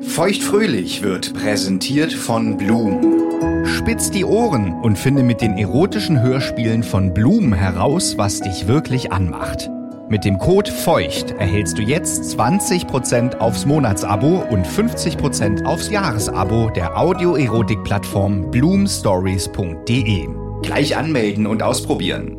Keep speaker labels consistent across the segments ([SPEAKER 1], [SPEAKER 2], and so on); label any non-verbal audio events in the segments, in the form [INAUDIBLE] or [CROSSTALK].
[SPEAKER 1] Feuchtfröhlich wird präsentiert von Blum. Spitz die Ohren und finde mit den erotischen Hörspielen von Blum heraus, was dich wirklich anmacht. Mit dem Code FEUCHT erhältst du jetzt 20% aufs Monatsabo und 50% aufs Jahresabo der Audioerotik-Plattform bloomstories.de. E. Gleich anmelden und ausprobieren.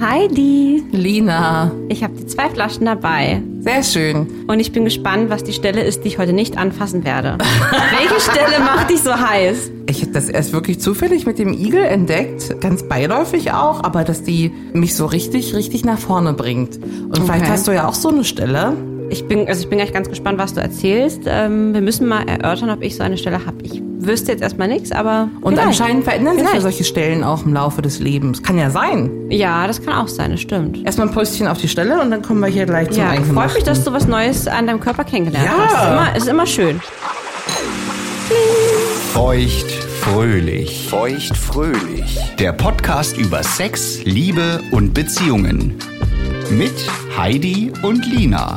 [SPEAKER 2] Heidi,
[SPEAKER 3] Lina,
[SPEAKER 2] ich habe die zwei Flaschen dabei
[SPEAKER 3] sehr schön.
[SPEAKER 2] und ich bin gespannt, was die Stelle ist, die ich heute nicht anfassen
[SPEAKER 3] [LAUGHS]
[SPEAKER 2] werde. Welche Stelle macht dich so heiß?
[SPEAKER 3] Ich habe das erst wirklich zufällig mit dem Igel entdeckt, ganz beiläufig auch, aber dass die mich so richtig, richtig nach vorne bringt. Und vielleicht hast du ja auch so eine Stelle.
[SPEAKER 2] Ich bin, also ich bin gleich ganz gespannt, was du erzählst. Ähm, wir müssen mal erörtern, ob ich so eine Stelle habe. Ich wüsste jetzt erstmal nichts, aber
[SPEAKER 3] Und
[SPEAKER 2] vielleicht.
[SPEAKER 3] anscheinend verändern sich ja
[SPEAKER 2] Vielleicht.
[SPEAKER 3] solche Stellen auch im Laufe des Lebens. Kann ja sein.
[SPEAKER 2] Ja, das kann auch sein, das stimmt.
[SPEAKER 3] Erstmal ein Päuschen auf die Stelle und dann kommen wir hier gleich zum
[SPEAKER 2] Ja, freut mich,
[SPEAKER 3] Eingemachten.
[SPEAKER 2] dass du was Neues an deinem Körper kennengelernt
[SPEAKER 3] Ja.
[SPEAKER 2] hast. Ist immer, ist immer schön.
[SPEAKER 1] Feuchtfröhlich. Feuchtfröhlich. Der Podcast über Sex, Liebe und Beziehungen. Mit Heidi und Lina.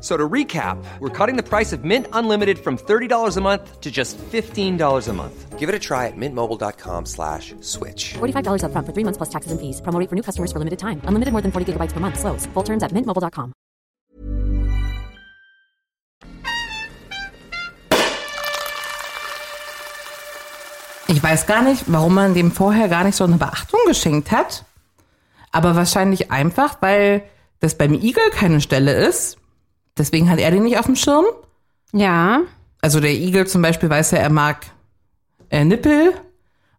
[SPEAKER 4] So to recap, we're cutting the price of Mint Unlimited from $30 a month to just $15 a month. Give it a try at mintmobile.com slash switch.
[SPEAKER 5] $45 up front for three months plus taxes and fees. Promo rate for new customers for limited time. Unlimited more than 40 gigabytes per month. Slows. Full terms at mintmobile.com.
[SPEAKER 3] Ich weiß gar nicht, warum man dem vorher gar nicht so eine Beachtung geschenkt hat. Aber wahrscheinlich einfach, weil das beim Igel keine Stelle ist. Deswegen hat er den nicht auf dem Schirm.
[SPEAKER 2] Ja,
[SPEAKER 3] Also der Igel zum Beispiel weiß ja, er mag äh, Nippel.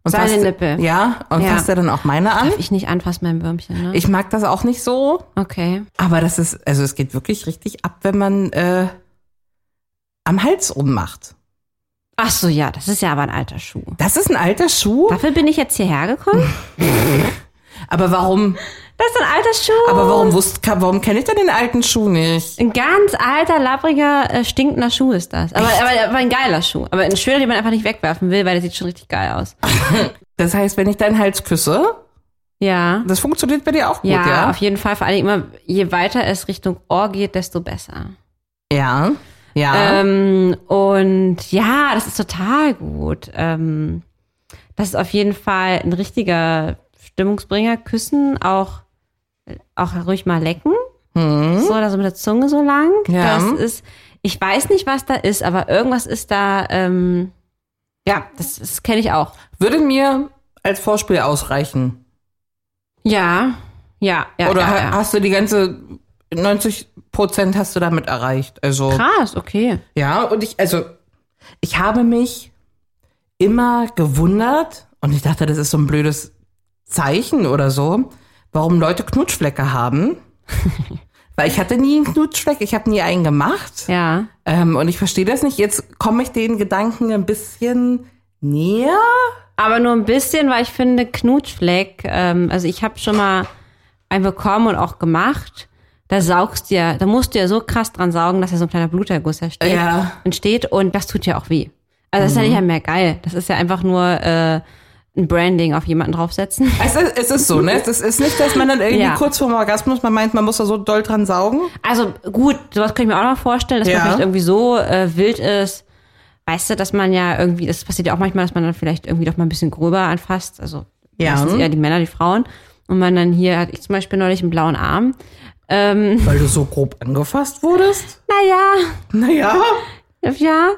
[SPEAKER 3] Und
[SPEAKER 2] Seine
[SPEAKER 3] fasst-
[SPEAKER 2] Nippel.
[SPEAKER 3] Ja, und
[SPEAKER 2] Ja.
[SPEAKER 3] fasst er dann auch meine an.
[SPEAKER 2] darf ich nicht anfassen, mein Würmchen, ne?
[SPEAKER 3] Ich mag das auch nicht so.
[SPEAKER 2] okay.
[SPEAKER 3] Aber das ist, also es geht wirklich richtig ab, wenn man äh, am Hals rummacht.
[SPEAKER 2] Ach so, ja, das ist ja aber ein alter Schuh.
[SPEAKER 3] Das ist ein alter Schuh.
[SPEAKER 2] Dafür bin ich jetzt hierher
[SPEAKER 3] [LAUGHS]
[SPEAKER 2] gekommen?
[SPEAKER 3] Aber warum?
[SPEAKER 2] Das ist ein alter Schuh.
[SPEAKER 3] Aber warum wusste, warum kenne ich denn den alten Schuh nicht?
[SPEAKER 2] Ein ganz alter, labbriger, äh, stinkender Schuh ist das. Aber, aber, aber ein geiler Schuh. Aber ein schöner, den man einfach nicht wegwerfen will, weil der sieht schon richtig geil aus.
[SPEAKER 3] Das heißt, wenn ich deinen Hals küsse,
[SPEAKER 2] Ja.
[SPEAKER 3] das funktioniert bei dir auch gut,
[SPEAKER 2] Ja,
[SPEAKER 3] ja?
[SPEAKER 2] auf jeden Fall. Vor allem immer, je weiter es Richtung Ohr geht, desto besser.
[SPEAKER 3] Ja, ja.
[SPEAKER 2] Ähm, und ja, das ist total gut. Ähm, das ist auf jeden Fall ein richtiger Stimmungsbringer. Küssen, auch, äh, auch ruhig mal lecken. So, da so mit der Zunge so lang.
[SPEAKER 3] Hm. Ja.
[SPEAKER 2] Das ist, ich weiß nicht, was da ist, aber irgendwas ist da, ähm, ja, das, das kenne ich auch.
[SPEAKER 3] Würde mir als Vorspiel ausreichen.
[SPEAKER 2] Ja, ja, ja.
[SPEAKER 3] Oder
[SPEAKER 2] ja,
[SPEAKER 3] ha-
[SPEAKER 2] ja.
[SPEAKER 3] hast du die ganze 90 Prozent hast du damit erreicht? Also
[SPEAKER 2] Krass, okay.
[SPEAKER 3] ja, und ich also ich habe mich immer gewundert und ich dachte, das ist so ein blödes Zeichen oder so, warum Leute Knutschflecke
[SPEAKER 2] [LAUGHS]
[SPEAKER 3] haben. Weil ich hatte nie einen Knutschfleck, ich habe nie einen gemacht.
[SPEAKER 2] Ja.
[SPEAKER 3] Ähm, und ich verstehe das nicht. Jetzt komme ich den Gedanken ein bisschen näher.
[SPEAKER 2] Aber nur ein bisschen, weil ich finde, Knutschfleck, ähm, also ich habe schon mal einen bekommen und auch gemacht. Da saugst du ja, da musst du ja so krass dran saugen, dass ja so ein kleiner Bluterguss entsteht.
[SPEAKER 3] Ja. Mhm.
[SPEAKER 2] entsteht und das tut ja auch weh. Also das ist ja nicht mehr geil. Das ist ja einfach nur äh, ein Branding auf jemanden draufsetzen.
[SPEAKER 3] Es ist, es ist so, ne? Es ist nicht, dass man dann irgendwie
[SPEAKER 2] Ja.
[SPEAKER 3] kurz vorm Orgasmus, man meint, man muss da so doll dran saugen.
[SPEAKER 2] Also gut, sowas könnte ich mir auch noch vorstellen, dass
[SPEAKER 3] Ja.
[SPEAKER 2] man vielleicht irgendwie so äh, wild ist. Weißt du, dass man ja irgendwie, das passiert ja auch manchmal, dass man dann vielleicht irgendwie doch mal ein bisschen gröber anfasst. Also
[SPEAKER 3] Ja.
[SPEAKER 2] meistens eher die Männer, die Frauen. Und man dann hier, hatte ich zum Beispiel neulich einen blauen Arm. Ähm,
[SPEAKER 3] Weil du so grob angefasst wurdest?
[SPEAKER 2] naja,
[SPEAKER 3] Naja.
[SPEAKER 2] ja.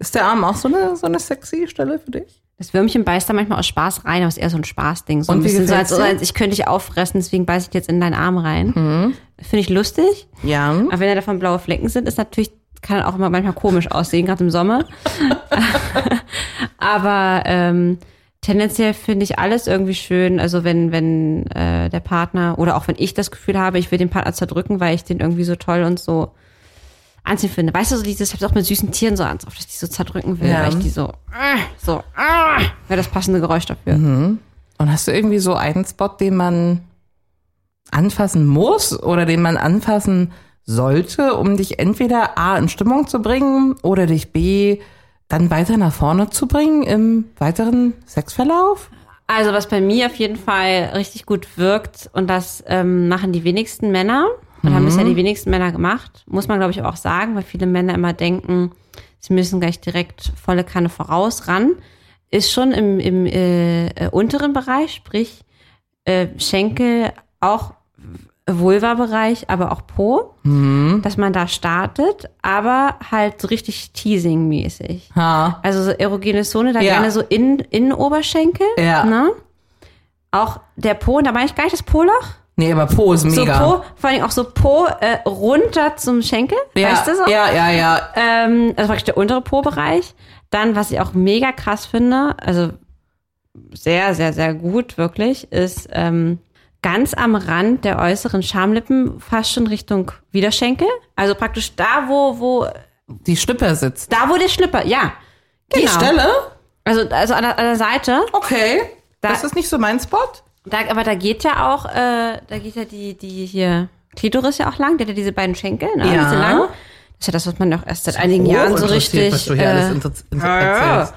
[SPEAKER 3] Ist der Arm auch so eine, so eine sexy Stelle für dich?
[SPEAKER 2] Das Würmchen beißt da manchmal aus Spaß rein, aber ist eher so ein Spaßding. So
[SPEAKER 3] Und
[SPEAKER 2] ein
[SPEAKER 3] wie
[SPEAKER 2] bisschen so als,
[SPEAKER 3] gefällt's
[SPEAKER 2] so
[SPEAKER 3] dir?
[SPEAKER 2] als ich könnte dich auffressen, deswegen beiß ich jetzt in deinen Arm rein.
[SPEAKER 3] Mhm.
[SPEAKER 2] Finde ich lustig.
[SPEAKER 3] Ja.
[SPEAKER 2] Aber wenn da davon blaue Flecken sind, ist natürlich, kann auch immer manchmal komisch aussehen, gerade im Sommer. [LAUGHS] Aber ähm, tendenziell finde ich alles irgendwie schön. Also wenn, wenn äh, der Partner oder auch wenn ich das Gefühl habe, ich will den Partner zerdrücken, weil ich den irgendwie so toll und so anziehen finde. Weißt du, so dieses, ich hab's auch mit süßen Tieren so an, dass ich die so zerdrücken will,
[SPEAKER 3] Ja.
[SPEAKER 2] weil ich die so, äh, so, äh, wäre das passende Geräusch dafür.
[SPEAKER 3] Und hast du irgendwie so einen Spot, den man anfassen muss oder den man anfassen sollte, um dich entweder A in Stimmung zu bringen oder dich B dann weiter nach vorne zu bringen im weiteren Sexverlauf?
[SPEAKER 2] Also was bei mir auf jeden Fall richtig gut wirkt und das ähm, machen die wenigsten Männer und haben bisher die wenigsten Männer gemacht, muss man glaube ich auch sagen, weil viele Männer immer denken, sie müssen gleich direkt volle Kanne voraus ran, ist schon im, im äh, äh, unteren Bereich, sprich äh, Schenkel, auch Vulva-Bereich, aber auch Po, dass man da startet, aber halt so richtig Teasing-mäßig.
[SPEAKER 3] Ha.
[SPEAKER 2] Also so erogene Zone, da
[SPEAKER 3] Ja.
[SPEAKER 2] gerne so in, Innenoberschenkel.
[SPEAKER 3] Ja.
[SPEAKER 2] Ne? Auch der Po, und da meine ich gar nicht das Po-Loch.
[SPEAKER 3] Nee, aber Po ist
[SPEAKER 2] So
[SPEAKER 3] mega.
[SPEAKER 2] Po, vor allem auch so Po äh, runter zum Schenkel.
[SPEAKER 3] ja,
[SPEAKER 2] Weißt du so?
[SPEAKER 3] ja, ja, ja.
[SPEAKER 2] Ähm, also praktisch der untere Po-Bereich. Dann, was ich auch mega krass finde, also sehr, sehr, sehr gut wirklich, ist ähm, ganz am Rand der äußeren Schamlippen fast schon Richtung Widerschenkel. Also praktisch da, wo, wo,
[SPEAKER 3] Die Schlippe sitzt.
[SPEAKER 2] da, wo der Schlipper, ja.
[SPEAKER 3] Die
[SPEAKER 2] Genau.
[SPEAKER 3] Stelle?
[SPEAKER 2] Also, also an, der, an der Seite.
[SPEAKER 3] Okay.
[SPEAKER 2] Da-
[SPEAKER 3] das ist nicht so mein Spot.
[SPEAKER 2] Da, aber da geht ja auch, äh, da geht ja die, die hier Klitoris ja auch lang, der hat ja diese beiden Schenkel, ne?
[SPEAKER 3] Ja.
[SPEAKER 2] Diese langen. Das ist ja das, was man auch erst seit einigen Jahren so richtig.
[SPEAKER 3] Hochinteressiert, Was du hier
[SPEAKER 2] äh,
[SPEAKER 3] alles inter- inter-
[SPEAKER 2] ja.
[SPEAKER 3] erzählst.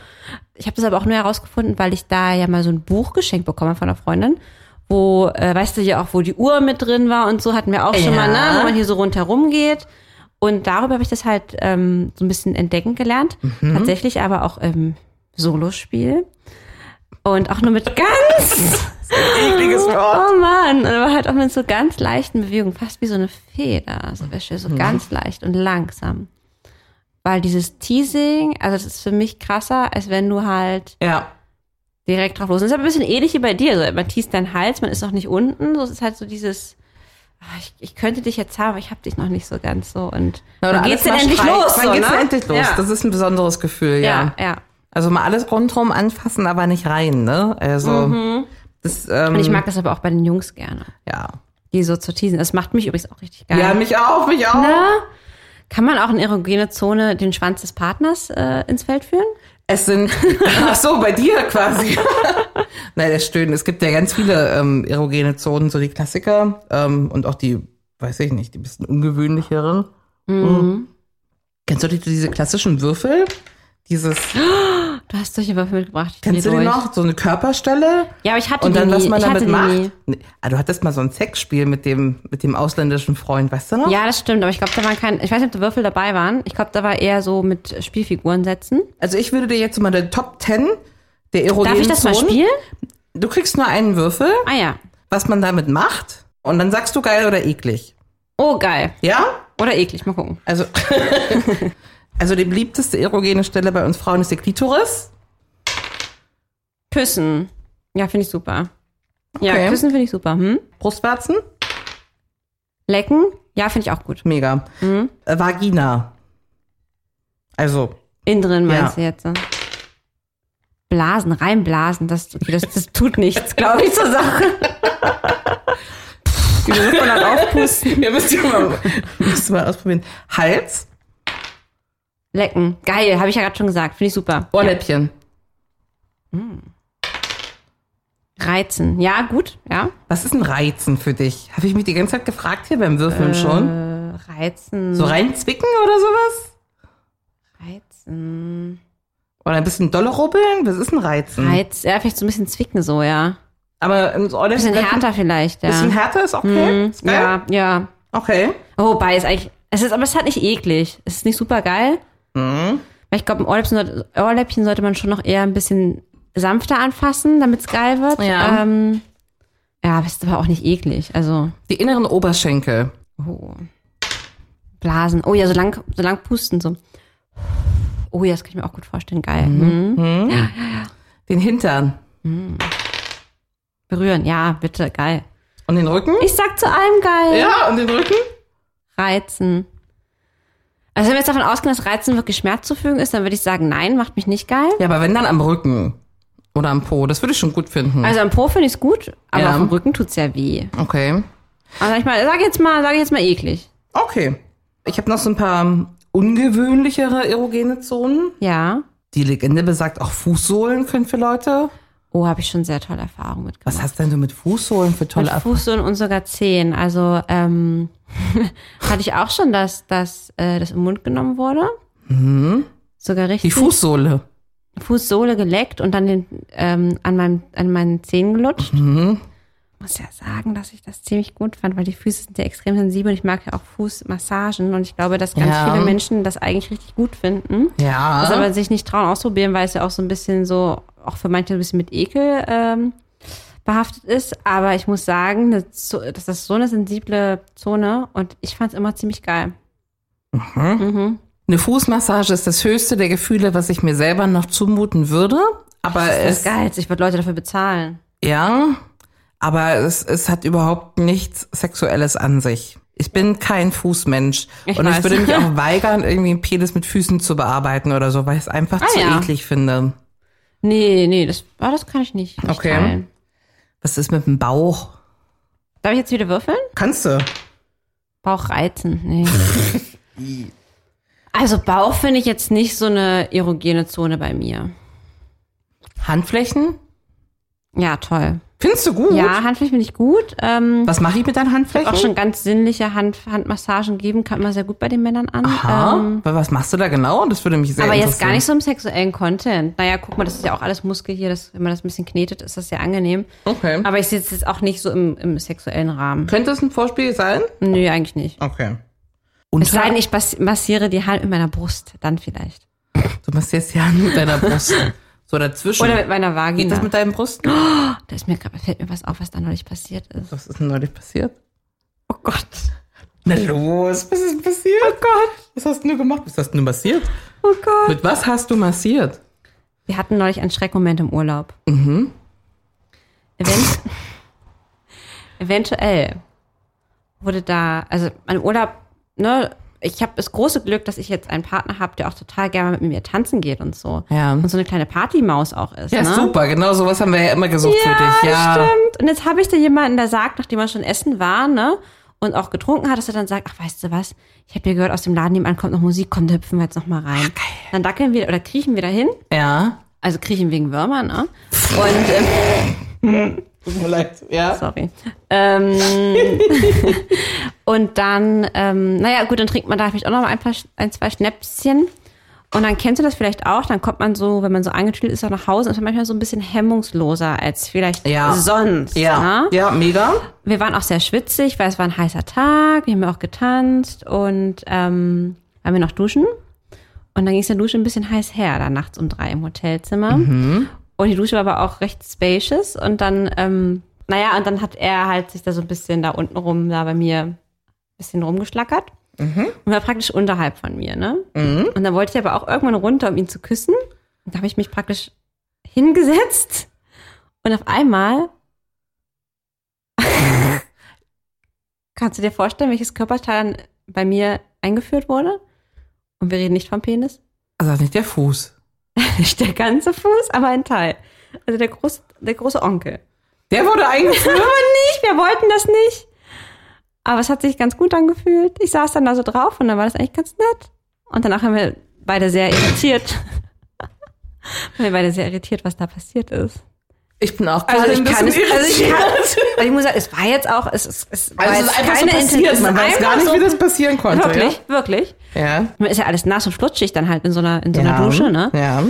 [SPEAKER 2] Ich habe das aber auch nur herausgefunden, weil ich da ja mal so ein Buch geschenkt bekommen habe von einer Freundin, wo, äh, weißt du ja auch, wo die Uhr mit drin war und so, hatten wir auch schon mal,
[SPEAKER 3] Ja.
[SPEAKER 2] ne, wo man hier so rundherum geht. Und darüber habe ich das halt ähm, so ein bisschen entdecken gelernt.
[SPEAKER 3] Mhm.
[SPEAKER 2] Tatsächlich aber auch im Solospiel. Und auch nur mit ganz,
[SPEAKER 3] Ekliges Wort.
[SPEAKER 2] oh Mann, aber halt auch mit so ganz leichten Bewegungen, fast wie so eine Feder, Also so Wäsche,
[SPEAKER 3] Mhm.
[SPEAKER 2] so ganz leicht und langsam. Weil dieses Teasing, also das ist für mich krasser, als wenn du halt
[SPEAKER 3] Ja.
[SPEAKER 2] direkt drauf los. Das ist aber ein bisschen ähnlich wie bei dir. Also, man tiest deinen Hals, man ist noch nicht unten. So, es ist halt so dieses, ah, ich, ich könnte dich jetzt haben, aber ich habe dich noch nicht so ganz so. Und
[SPEAKER 3] Oder
[SPEAKER 2] dann
[SPEAKER 3] alles
[SPEAKER 2] geht's denn
[SPEAKER 3] mal
[SPEAKER 2] endlich
[SPEAKER 3] streichen.
[SPEAKER 2] los.
[SPEAKER 3] Wann
[SPEAKER 2] so,
[SPEAKER 3] geht's
[SPEAKER 2] ne?
[SPEAKER 3] denn endlich los?
[SPEAKER 2] Ja.
[SPEAKER 3] Das ist ein besonderes Gefühl, ja.
[SPEAKER 2] ja, ja.
[SPEAKER 3] Also mal alles rundherum anfassen, aber nicht rein, ne? Also das, ähm,
[SPEAKER 2] Mhm. Und ich mag das aber auch bei den Jungs gerne,
[SPEAKER 3] ja.
[SPEAKER 2] die so zu teasen. Das macht mich übrigens auch richtig geil.
[SPEAKER 3] Ja, mich auch, mich auch.
[SPEAKER 2] Na, kann man auch in erogene Zone den Schwanz des Partners äh, ins Feld führen? [LAUGHS]
[SPEAKER 3] Es sind [LAUGHS] ach so bei dir quasi. [LAUGHS] Nein, das ist schön. Es gibt ja ganz viele ähm, erogene Zonen, so die Klassiker ähm, und auch die, weiß ich nicht, die bisschen ungewöhnlicheren. Mhm. Kennst du die, diese klassischen Würfel? Dieses,
[SPEAKER 2] Du hast solche Würfel mitgebracht. Ich
[SPEAKER 3] kennst
[SPEAKER 2] dreh
[SPEAKER 3] du die
[SPEAKER 2] durch.
[SPEAKER 3] noch? So eine Körperstelle?
[SPEAKER 2] Ja, aber ich hatte
[SPEAKER 3] Und
[SPEAKER 2] die
[SPEAKER 3] dann,
[SPEAKER 2] nie.
[SPEAKER 3] was man
[SPEAKER 2] ich hatte
[SPEAKER 3] damit
[SPEAKER 2] die nie.
[SPEAKER 3] macht. Nee, ah, du hattest mal so ein Sexspiel mit dem, mit dem ausländischen Freund, weißt du noch?
[SPEAKER 2] Ja, das stimmt, aber ich glaube, da waren kein, ich weiß nicht, ob da Würfel dabei waren. Ich glaube, da war eher so mit Spielfiguren setzen.
[SPEAKER 3] Also ich würde dir jetzt mal den Top 10 der erogenen
[SPEAKER 2] Darf ich das mal
[SPEAKER 3] Zonen-
[SPEAKER 2] spielen?
[SPEAKER 3] Du kriegst nur einen Würfel,
[SPEAKER 2] Ah ja.
[SPEAKER 3] was man damit macht. Und dann sagst du geil oder eklig.
[SPEAKER 2] Oh, geil.
[SPEAKER 3] Ja?
[SPEAKER 2] Oder eklig, mal gucken. [LAUGHS]
[SPEAKER 3] Also, also die beliebteste erogene Stelle bei uns Frauen ist der Klitoris.
[SPEAKER 2] Küssen. Ja, finde ich super. Ja,
[SPEAKER 3] Okay.
[SPEAKER 2] küssen finde ich super. Hm?
[SPEAKER 3] Brustwarzen.
[SPEAKER 2] Lecken? Ja, finde ich auch gut.
[SPEAKER 3] Mega.
[SPEAKER 2] Mhm.
[SPEAKER 3] Äh, Vagina. Also,
[SPEAKER 2] Innen drin
[SPEAKER 3] Ja.
[SPEAKER 2] meinst du jetzt. ne? Blasen, reinblasen, das, okay, das, das tut nichts, glaube ich, zur Sache.
[SPEAKER 3] wir müssen ja [LAUGHS] mal, müssen mal ausprobieren. Hals.
[SPEAKER 2] Lecken. Geil, habe ich ja gerade schon gesagt. Finde ich super.
[SPEAKER 3] Ohrläppchen.
[SPEAKER 2] Reizen. Ja, gut, ja.
[SPEAKER 3] Was ist ein Reizen für dich? Habe ich mich die ganze Zeit gefragt hier beim Würfeln schon.
[SPEAKER 2] Äh, Reizen.
[SPEAKER 3] So reinzwicken oder sowas?
[SPEAKER 2] Reizen.
[SPEAKER 3] Oder ein bisschen dolle rubbeln? Was ist ein Reizen?
[SPEAKER 2] Reiz, ja, vielleicht so ein bisschen zwicken, so, ja.
[SPEAKER 3] Aber ins Ohrläppchen.
[SPEAKER 2] Bisschen härter vielleicht, ja.
[SPEAKER 3] Bisschen härter ist okay. Ist geil.
[SPEAKER 2] ja, ja. Oh,
[SPEAKER 3] Okay.
[SPEAKER 2] Wobei es eigentlich, es ist, aber es ist halt nicht eklig. Es ist nicht super geil.
[SPEAKER 3] Mhm.
[SPEAKER 2] Weil ich glaube, ein Ohrläppchen, sollte- Ohrläppchen sollte man schon noch eher ein bisschen sanfter anfassen, damit es geil wird.
[SPEAKER 3] Ja.
[SPEAKER 2] Ähm, ja, aber es ist aber auch nicht eklig. Also,
[SPEAKER 3] Die inneren Oberschenkel.
[SPEAKER 2] oh. Blasen. Oh ja, so lang, so lang pusten, so. Oh ja, das kann ich mir auch gut vorstellen. Geil. Mhm.
[SPEAKER 3] Den Hintern.
[SPEAKER 2] Berühren, ja, bitte, geil.
[SPEAKER 3] Und den Rücken?
[SPEAKER 2] Ich sag zu allem geil.
[SPEAKER 3] Ja, und den Rücken?
[SPEAKER 2] Reizen. Also wenn wir jetzt davon ausgehen, dass Reizen wirklich Schmerz zufügen ist, dann würde ich sagen, nein, macht mich nicht geil.
[SPEAKER 3] Ja, aber wenn dann am Rücken. Oder am Po. Das würde ich schon gut finden.
[SPEAKER 2] Also am Po finde ich es gut, aber
[SPEAKER 3] Ja.
[SPEAKER 2] auf dem Rücken tut's ja weh.
[SPEAKER 3] okay.
[SPEAKER 2] Also ich mal, sag jetzt mal, sag ich jetzt mal eklig.
[SPEAKER 3] Okay. Ich habe noch so ein paar ungewöhnlichere erogene Zonen.
[SPEAKER 2] Ja.
[SPEAKER 3] Die Legende besagt, auch Fußsohlen können für Leute
[SPEAKER 2] Oh, habe ich schon sehr tolle Erfahrungen mitgemacht.
[SPEAKER 3] Was hast denn du mit Fußsohlen für tolle
[SPEAKER 2] Mit Fußsohlen und sogar Zehen. Also ähm, [LAUGHS] hatte ich auch schon, dass, dass äh, das im Mund genommen wurde. Sogar
[SPEAKER 3] Mhm. Die
[SPEAKER 2] richtig.
[SPEAKER 3] Fußsohle.
[SPEAKER 2] Fußsohle geleckt und dann den, ähm, an, meinem, an meinen Zehen gelutscht.
[SPEAKER 3] Mhm.
[SPEAKER 2] muss ja sagen, dass ich das ziemlich gut fand, weil die Füße sind ja extrem sensibel. Ich mag ja auch Fußmassagen und ich glaube, dass ganz
[SPEAKER 3] Ja.
[SPEAKER 2] viele Menschen das eigentlich richtig gut finden.
[SPEAKER 3] Ja.
[SPEAKER 2] Das aber sich nicht trauen ausprobieren, weil es ja auch so ein bisschen so, auch für manche ein bisschen mit Ekel ähm, behaftet ist. Aber ich muss sagen, eine Zo- das ist so eine sensible Zone und ich fand es immer ziemlich geil.
[SPEAKER 3] Eine Fußmassage ist das höchste der Gefühle, was ich mir selber noch zumuten würde. Aber
[SPEAKER 2] Das
[SPEAKER 3] es,
[SPEAKER 2] ist geil. Ich würde Leute dafür bezahlen.
[SPEAKER 3] ja, aber es, es hat überhaupt nichts Sexuelles an sich. Ich bin kein Fußmensch.
[SPEAKER 2] Ich
[SPEAKER 3] und ich
[SPEAKER 2] weiß.
[SPEAKER 3] würde mich
[SPEAKER 2] [LAUGHS]
[SPEAKER 3] auch weigern, irgendwie einen Penis mit Füßen zu bearbeiten oder so, weil ich es einfach
[SPEAKER 2] Ah,
[SPEAKER 3] zu
[SPEAKER 2] ja.
[SPEAKER 3] eklig finde.
[SPEAKER 2] Nee, nee, das, ah, das kann ich nicht. nicht
[SPEAKER 3] Okay.
[SPEAKER 2] teilen.
[SPEAKER 3] Was ist mit dem Bauch?
[SPEAKER 2] Darf ich jetzt wieder würfeln?
[SPEAKER 3] Kannst du?
[SPEAKER 2] Bauch reizen, nee.
[SPEAKER 3] [LAUGHS]
[SPEAKER 2] also Bauch finde ich jetzt nicht so eine erogene Zone bei mir.
[SPEAKER 3] Handflächen?
[SPEAKER 2] Ja, toll.
[SPEAKER 3] Findest du gut?
[SPEAKER 2] Ja, Handflächen finde ich gut. Ähm,
[SPEAKER 3] Was mache ich mit deinen Handflächen?
[SPEAKER 2] auch schon ganz sinnliche Hand, Handmassagen geben, kann man sehr gut bei den Männern an.
[SPEAKER 3] Aha.
[SPEAKER 2] Ähm,
[SPEAKER 3] Aber was machst du da genau? Das würde mich sehr
[SPEAKER 2] aber jetzt
[SPEAKER 3] interessieren.
[SPEAKER 2] gar nicht so im sexuellen Content. Naja, guck mal, das ist ja auch alles Muskel hier. Das, wenn man das ein bisschen knetet, ist das sehr angenehm.
[SPEAKER 3] Okay.
[SPEAKER 2] Aber ich sitze jetzt auch nicht so im, im sexuellen Rahmen.
[SPEAKER 3] Könnte es ein Vorspiel sein?
[SPEAKER 2] Nö, eigentlich nicht.
[SPEAKER 3] Okay.
[SPEAKER 2] Es sei denn, ich bas- massiere die Hand mit meiner Brust, dann vielleicht.
[SPEAKER 3] Du machst jetzt ja mit deiner Brust. So dazwischen.
[SPEAKER 2] Oder mit meiner Vagina.
[SPEAKER 3] Geht das mit deinen Brust?
[SPEAKER 2] Da ist mir grad, fällt mir was auf, was da neulich passiert ist.
[SPEAKER 3] Was ist denn neulich passiert?
[SPEAKER 2] Oh Gott.
[SPEAKER 3] Na los, was ist passiert? Oh Gott. Was hast du nur gemacht? Was hast du nur massiert?
[SPEAKER 2] Oh Gott.
[SPEAKER 3] Mit was hast du massiert?
[SPEAKER 2] Wir hatten neulich einen Schreckmoment im Urlaub. Mhm. Event Eventuell wurde da, also mein Urlaub, ne, ich habe das große Glück, dass ich jetzt einen Partner habe, der auch total gerne mit mir tanzen geht und so.
[SPEAKER 3] Ja.
[SPEAKER 2] Und so eine kleine Partymaus auch ist.
[SPEAKER 3] Ja,
[SPEAKER 2] ne?
[SPEAKER 3] super. Genau sowas haben wir ja immer gesucht
[SPEAKER 2] ja,
[SPEAKER 3] für dich. Ja,
[SPEAKER 2] stimmt. Und jetzt habe ich da jemanden, der sagt, nachdem er schon essen war, ne? Und auch getrunken hat, dass er dann sagt, ach, weißt du was? Ich habe ja gehört, aus dem Laden nebenan kommt noch Musik, komm, da hüpfen wir jetzt noch mal rein. Dann dackeln wir oder kriechen wir dahin.
[SPEAKER 3] Ja.
[SPEAKER 2] Also kriechen wegen Würmer, ne? Und, ähm,
[SPEAKER 3] Tut mir leid. Ja.
[SPEAKER 2] sorry. Ähm, [LAUGHS] und dann, ähm, naja, gut, dann trinkt man da vielleicht auch noch mal ein, paar, ein, zwei Schnäpschen. Und dann kennst du das vielleicht auch, dann kommt man so, wenn man so angetüdelt ist, auch nach Hause und ist man manchmal so ein bisschen hemmungsloser als vielleicht
[SPEAKER 3] Ja.
[SPEAKER 2] sonst.
[SPEAKER 3] Ja.
[SPEAKER 2] Ne?
[SPEAKER 3] ja, mega.
[SPEAKER 2] wir waren auch sehr schwitzig, weil es war ein heißer Tag. Wir haben ja auch getanzt und ähm, waren wir noch duschen. Und dann ging es der Dusche ein bisschen heiß her, da nachts um drei im Hotelzimmer. Und die Dusche war aber auch recht spacious. Und dann, ähm, naja, und dann hat er halt sich da so ein bisschen da unten rum, da bei mir, ein bisschen rumgeschlackert. Und war praktisch unterhalb von mir, ne? Und dann wollte ich aber auch irgendwann runter, um ihn zu küssen. Und da habe ich mich praktisch hingesetzt. Und auf einmal Kannst du dir vorstellen, welches Körperteil dann bei mir eingeführt wurde? Und wir reden nicht vom Penis. [LAUGHS]
[SPEAKER 3] Also nicht der Fuß.
[SPEAKER 2] Nicht der ganze Fuß, aber ein Teil. Also der große, der große Onkel.
[SPEAKER 3] Der wurde
[SPEAKER 2] Aber
[SPEAKER 3] eingeführt.
[SPEAKER 2] nicht, wir wollten das nicht. Aber es hat sich ganz gut angefühlt. Ich saß dann da so drauf und dann war das eigentlich ganz nett. Und danach haben wir beide sehr irritiert. [LAUGHS] Haben wir beide sehr irritiert, was da passiert ist.
[SPEAKER 3] Ich bin auch
[SPEAKER 2] Also
[SPEAKER 3] gerade
[SPEAKER 2] ich
[SPEAKER 3] ein
[SPEAKER 2] kann es,
[SPEAKER 3] bisschen
[SPEAKER 2] also ich,
[SPEAKER 3] irritiert.
[SPEAKER 2] kann, also ich muss sagen, es war jetzt auch, es, es, es war
[SPEAKER 3] Also es
[SPEAKER 2] jetzt
[SPEAKER 3] ist einfach so
[SPEAKER 2] keine Intention-
[SPEAKER 3] passiert.
[SPEAKER 2] es
[SPEAKER 3] Man
[SPEAKER 2] ist
[SPEAKER 3] weiß gar
[SPEAKER 2] einfach
[SPEAKER 3] nicht,
[SPEAKER 2] so-
[SPEAKER 3] wie das passieren konnte.
[SPEAKER 2] Wirklich, wirklich.
[SPEAKER 3] Ja. ja.
[SPEAKER 2] Man ist ja alles nass und flutschig dann halt in so einer, in so
[SPEAKER 3] ja.
[SPEAKER 2] einer Dusche, ne?
[SPEAKER 3] Ja.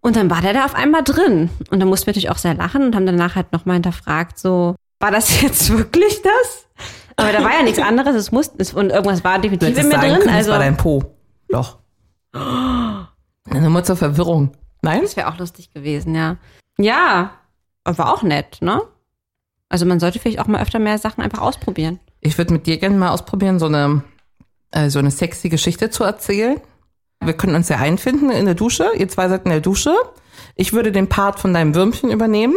[SPEAKER 2] Und dann war der da auf einmal drin. Und dann mussten wir natürlich auch sehr lachen und haben danach halt nochmal hinterfragt, so, war das [LAUGHS] jetzt wirklich das? Aber da war ja nichts anderes, es mussten es, und irgendwas war
[SPEAKER 3] Du
[SPEAKER 2] definitiv in
[SPEAKER 3] hättest
[SPEAKER 2] mir
[SPEAKER 3] sagen
[SPEAKER 2] drin.
[SPEAKER 3] können, es
[SPEAKER 2] Also,
[SPEAKER 3] war dein
[SPEAKER 2] das
[SPEAKER 3] Po. Doch. Dann Nur zur Verwirrung. Nein?
[SPEAKER 2] wäre auch lustig gewesen, ja. Ja, aber war auch nett, ne? Also man sollte vielleicht auch mal öfter mehr Sachen einfach ausprobieren.
[SPEAKER 3] Ich würde mit dir gerne mal ausprobieren, so eine, äh, so eine sexy Geschichte zu erzählen. Wir können uns ja einfinden in der Dusche. Ihr zwei seid in der Dusche. Ich würde den Part von deinem Würmchen übernehmen.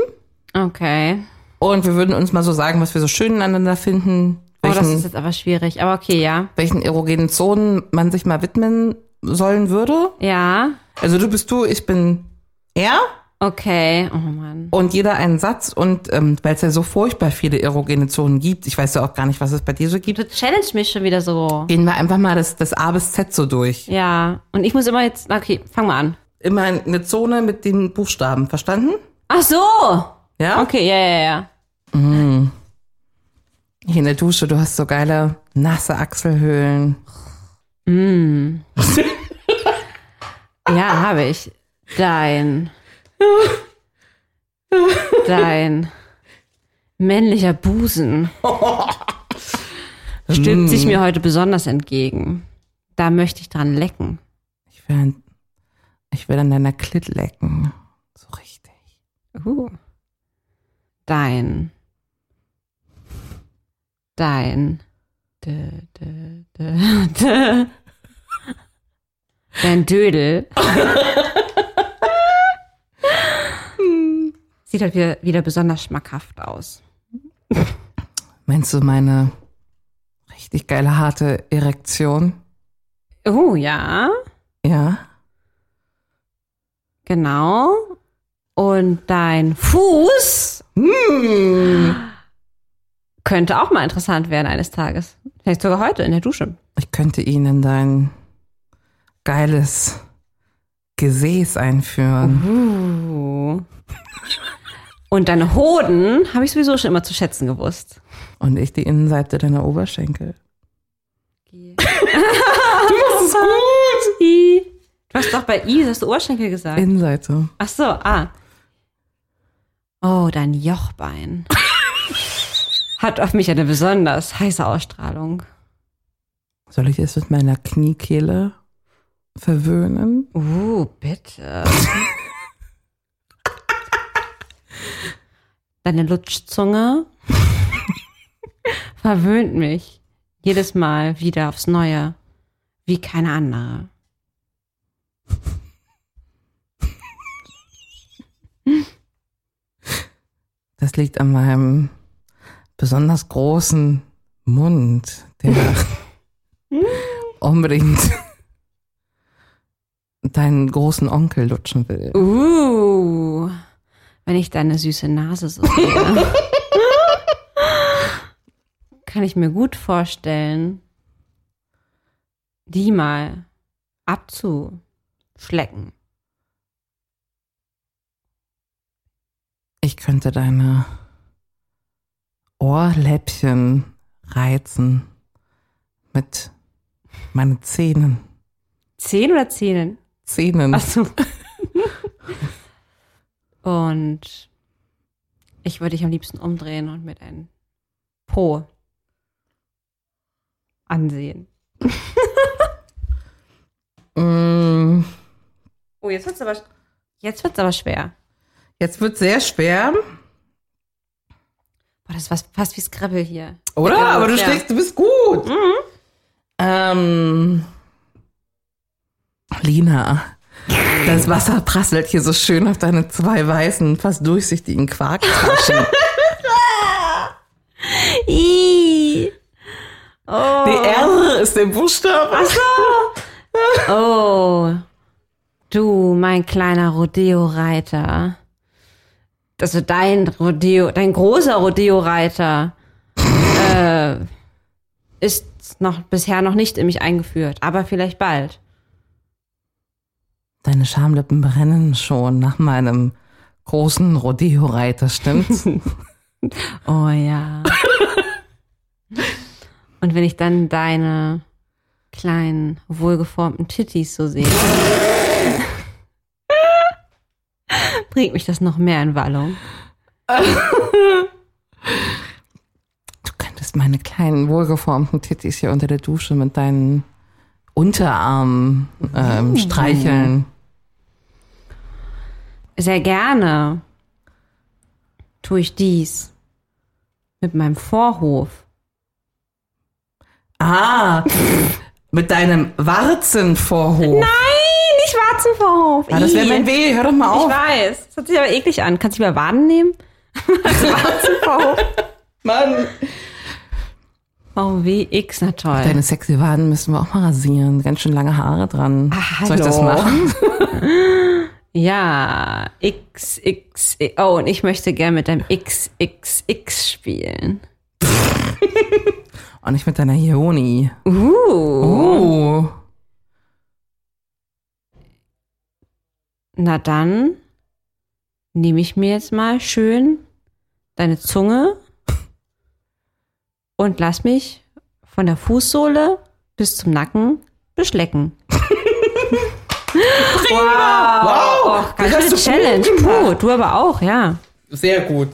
[SPEAKER 2] Okay.
[SPEAKER 3] Und wir würden uns mal so sagen, was wir so schön aneinander finden.
[SPEAKER 2] Oh, das
[SPEAKER 3] Welchen,
[SPEAKER 2] ist jetzt aber schwierig. Aber okay, ja.
[SPEAKER 3] welchen erogenen Zonen man sich mal widmen sollen würde.
[SPEAKER 2] Ja.
[SPEAKER 3] Also du bist du, ich bin er.
[SPEAKER 2] Okay. Oh Mann.
[SPEAKER 3] und jeder einen Satz und ähm, weil es ja so furchtbar viele erogene Zonen gibt, ich weiß ja auch gar nicht, was es bei dir so gibt,
[SPEAKER 2] Du challenge mich schon wieder so.
[SPEAKER 3] gehen wir einfach mal das, das A bis Z so durch.
[SPEAKER 2] Ja, und ich muss immer jetzt, okay, fang mal an.
[SPEAKER 3] Immer eine Zone mit den Buchstaben, verstanden?
[SPEAKER 2] Ach so.
[SPEAKER 3] Ja?
[SPEAKER 2] Ah. Okay, ja, ja, ja.
[SPEAKER 3] Hier in der Dusche, du hast so geile nasse Achselhöhlen.
[SPEAKER 2] Ja, habe ich. Dein. Dein männlicher [LAUGHS] Busen stimmt sich mir heute besonders entgegen. Da möchte ich dran lecken.
[SPEAKER 3] Ich will, an- ich will an deiner Klit lecken. So richtig.
[SPEAKER 2] Uh. Dein. Dein. Dö, dö, dö, [LAUGHS] dö. Dein Dödel. [LAUGHS] Sieht halt wieder, wieder besonders schmackhaft aus.
[SPEAKER 3] Meinst du meine richtig geile, harte Erektion?
[SPEAKER 2] Oh ja,
[SPEAKER 3] Ja.
[SPEAKER 2] genau. Und dein Fuß Hm. könnte auch mal interessant werden eines Tages. Vielleicht sogar heute in der Dusche.
[SPEAKER 3] Ich könnte ihn in dein geiles Gesäß einführen.
[SPEAKER 2] Uh. Und deine Hoden habe ich sowieso schon immer zu schätzen gewusst.
[SPEAKER 3] Und ich die Innenseite deiner Oberschenkel.
[SPEAKER 2] I. Du hast doch bei I, hast du Ohrschenkel gesagt.
[SPEAKER 3] Innenseite.
[SPEAKER 2] Ach so, ah. Oh, dein Jochbein. Hat auf mich eine besonders heiße Ausstrahlung.
[SPEAKER 3] Soll ich es mit meiner Kniekehle verwöhnen?
[SPEAKER 2] Uh, bitte. Deine Lutschzunge verwöhnt mich jedes Mal wieder aufs Neue, wie keine andere.
[SPEAKER 3] Das liegt an meinem besonders großen Mund, der unbedingt deinen großen Onkel lutschen will.
[SPEAKER 2] Uh, wenn ich deine süße Nase so sehe, kann ich mir gut vorstellen, die mal abzuschlecken.
[SPEAKER 3] Ich könnte deine Ohrläppchen reizen mit meinen Zähnen.
[SPEAKER 2] Zehn oder Zähnen?
[SPEAKER 3] Zähnen.
[SPEAKER 2] Ach so. und ich würde dich am liebsten umdrehen und mit einem Po ansehen.
[SPEAKER 3] Mm,
[SPEAKER 2] Oh, jetzt wird's aber jetzt wird's aber schwer.
[SPEAKER 3] Jetzt wird sehr schwer,
[SPEAKER 2] Boah, das war fast wie Scrabble hier.
[SPEAKER 3] oder?
[SPEAKER 2] Ja, Mhm.
[SPEAKER 3] Aber du
[SPEAKER 2] ja.
[SPEAKER 3] schlägst, du bist gut. Ähm, Lina, das Wasser prasselt hier so schön auf deine zwei weißen, fast durchsichtigen
[SPEAKER 2] [LAUGHS]
[SPEAKER 3] Quarktaschen.
[SPEAKER 2] I.
[SPEAKER 3] Die R ist der Buchstabe.
[SPEAKER 2] Oh. Du, mein kleiner Rodeo-Reiter. Also dein Rodeo, dein großer Rodeo-Reiter [LAUGHS] äh, ist noch bisher noch nicht in mich eingeführt, aber vielleicht bald.
[SPEAKER 3] Deine Schamlippen brennen schon nach meinem großen Rodeo-Reiter, [LAUGHS] stimmt's?
[SPEAKER 2] Oh ja. [LAUGHS] Und wenn ich dann deine kleinen, wohlgeformten Tittis so [LAUGHS] sehe, bringt mich das noch mehr in Wallung.
[SPEAKER 3] Du könntest meine kleinen, wohlgeformten Tittis hier unter der Dusche mit deinen Unterarmen ähm, streicheln.
[SPEAKER 2] Sehr gerne tue ich dies mit meinem Vorhof.
[SPEAKER 3] Ah, mit deinem Warzenvorhof. Nein.
[SPEAKER 2] Nein, nicht Warzenvorhof.
[SPEAKER 3] Ah, das wäre mein Weh, hör doch mal
[SPEAKER 2] Ich
[SPEAKER 3] auf.
[SPEAKER 2] weiß. Das hört sich aber eklig an. Kannst du mir Waden nehmen? Also Warzenvorhof.
[SPEAKER 3] Mann.
[SPEAKER 2] VWX, Oh, na toll.
[SPEAKER 3] Deine sexy Waden müssen wir auch mal rasieren. Ganz schön lange Haare dran.
[SPEAKER 2] Ah,
[SPEAKER 3] Soll ich das
[SPEAKER 2] hallo.
[SPEAKER 3] machen?
[SPEAKER 2] Ja, X, X, I- oh, und ich möchte gern mit deinem X, X, X spielen.
[SPEAKER 3] Und nicht mit deiner Joni.
[SPEAKER 2] Uh,
[SPEAKER 3] Oh.
[SPEAKER 2] na dann nehme ich mir jetzt mal schön deine Zunge und lass mich von der Fußsohle bis zum Nacken beschlecken.
[SPEAKER 3] Wow!
[SPEAKER 2] Och, Oh, ganz
[SPEAKER 3] Das
[SPEAKER 2] schöne
[SPEAKER 3] hast du gut
[SPEAKER 2] Challenge. Puh, du aber auch, ja.
[SPEAKER 3] Sehr gut.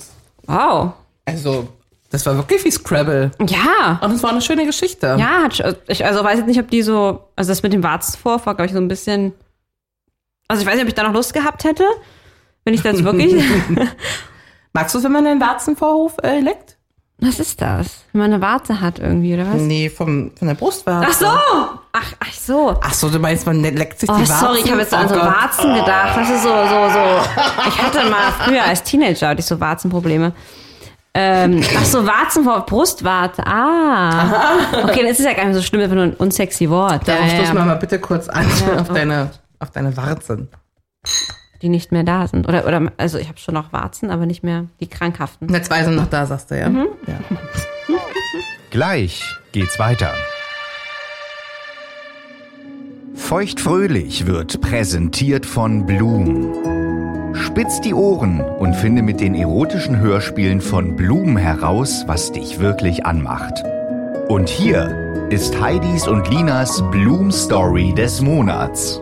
[SPEAKER 2] Wow.
[SPEAKER 3] Also, das war wirklich wie Scrabble.
[SPEAKER 2] Ja.
[SPEAKER 3] Und es war eine schöne Geschichte.
[SPEAKER 2] Ja, hat sch- ich also weiß jetzt nicht, ob die so, also das mit dem Warzenvorfall, glaube ich, so ein bisschen. Also ich weiß nicht, ob ich da noch Lust gehabt hätte, wenn ich das
[SPEAKER 3] [LAUGHS]
[SPEAKER 2] wirklich.
[SPEAKER 3] Magst du es, wenn man einen Warzenvorhof äh, leckt?
[SPEAKER 2] Was ist das? Wenn man eine Warze hat irgendwie, oder was?
[SPEAKER 3] Nee, vom, von der Brustwarze.
[SPEAKER 2] Ach so! Ach, ach so.
[SPEAKER 3] Ach so, du meinst, man leckt sich
[SPEAKER 2] Oh,
[SPEAKER 3] die Warzen?
[SPEAKER 2] sorry, ich habe jetzt
[SPEAKER 3] Oh
[SPEAKER 2] an so
[SPEAKER 3] Gott.
[SPEAKER 2] Warzen gedacht. Das ist so, so, so. Ich hatte mal früher als Teenager hatte ich so Warzenprobleme. Ähm, ach so, Warzen vor Brustwarze. Ah. Okay, das ist ja gar nicht so schlimm, wenn nur ein unsexy Wort.
[SPEAKER 3] Darauf
[SPEAKER 2] Ja, ja,
[SPEAKER 3] stoßen
[SPEAKER 2] ja.
[SPEAKER 3] wir mal bitte kurz an, auf, deine, auf deine Warzen.
[SPEAKER 2] die nicht mehr da sind. Oder, oder also ich habe schon noch Warzen, aber nicht mehr die krankhaften.
[SPEAKER 3] Na, zwei sind noch da, sagst du, ja.
[SPEAKER 2] Mhm.
[SPEAKER 3] ja.
[SPEAKER 1] Gleich geht's weiter. Feuchtfröhlich wird präsentiert von Bloom. Spitz die Ohren und finde mit den erotischen Hörspielen von Bloom heraus, was dich wirklich anmacht. Und hier ist Heidis und Linas Bloom Story des Monats.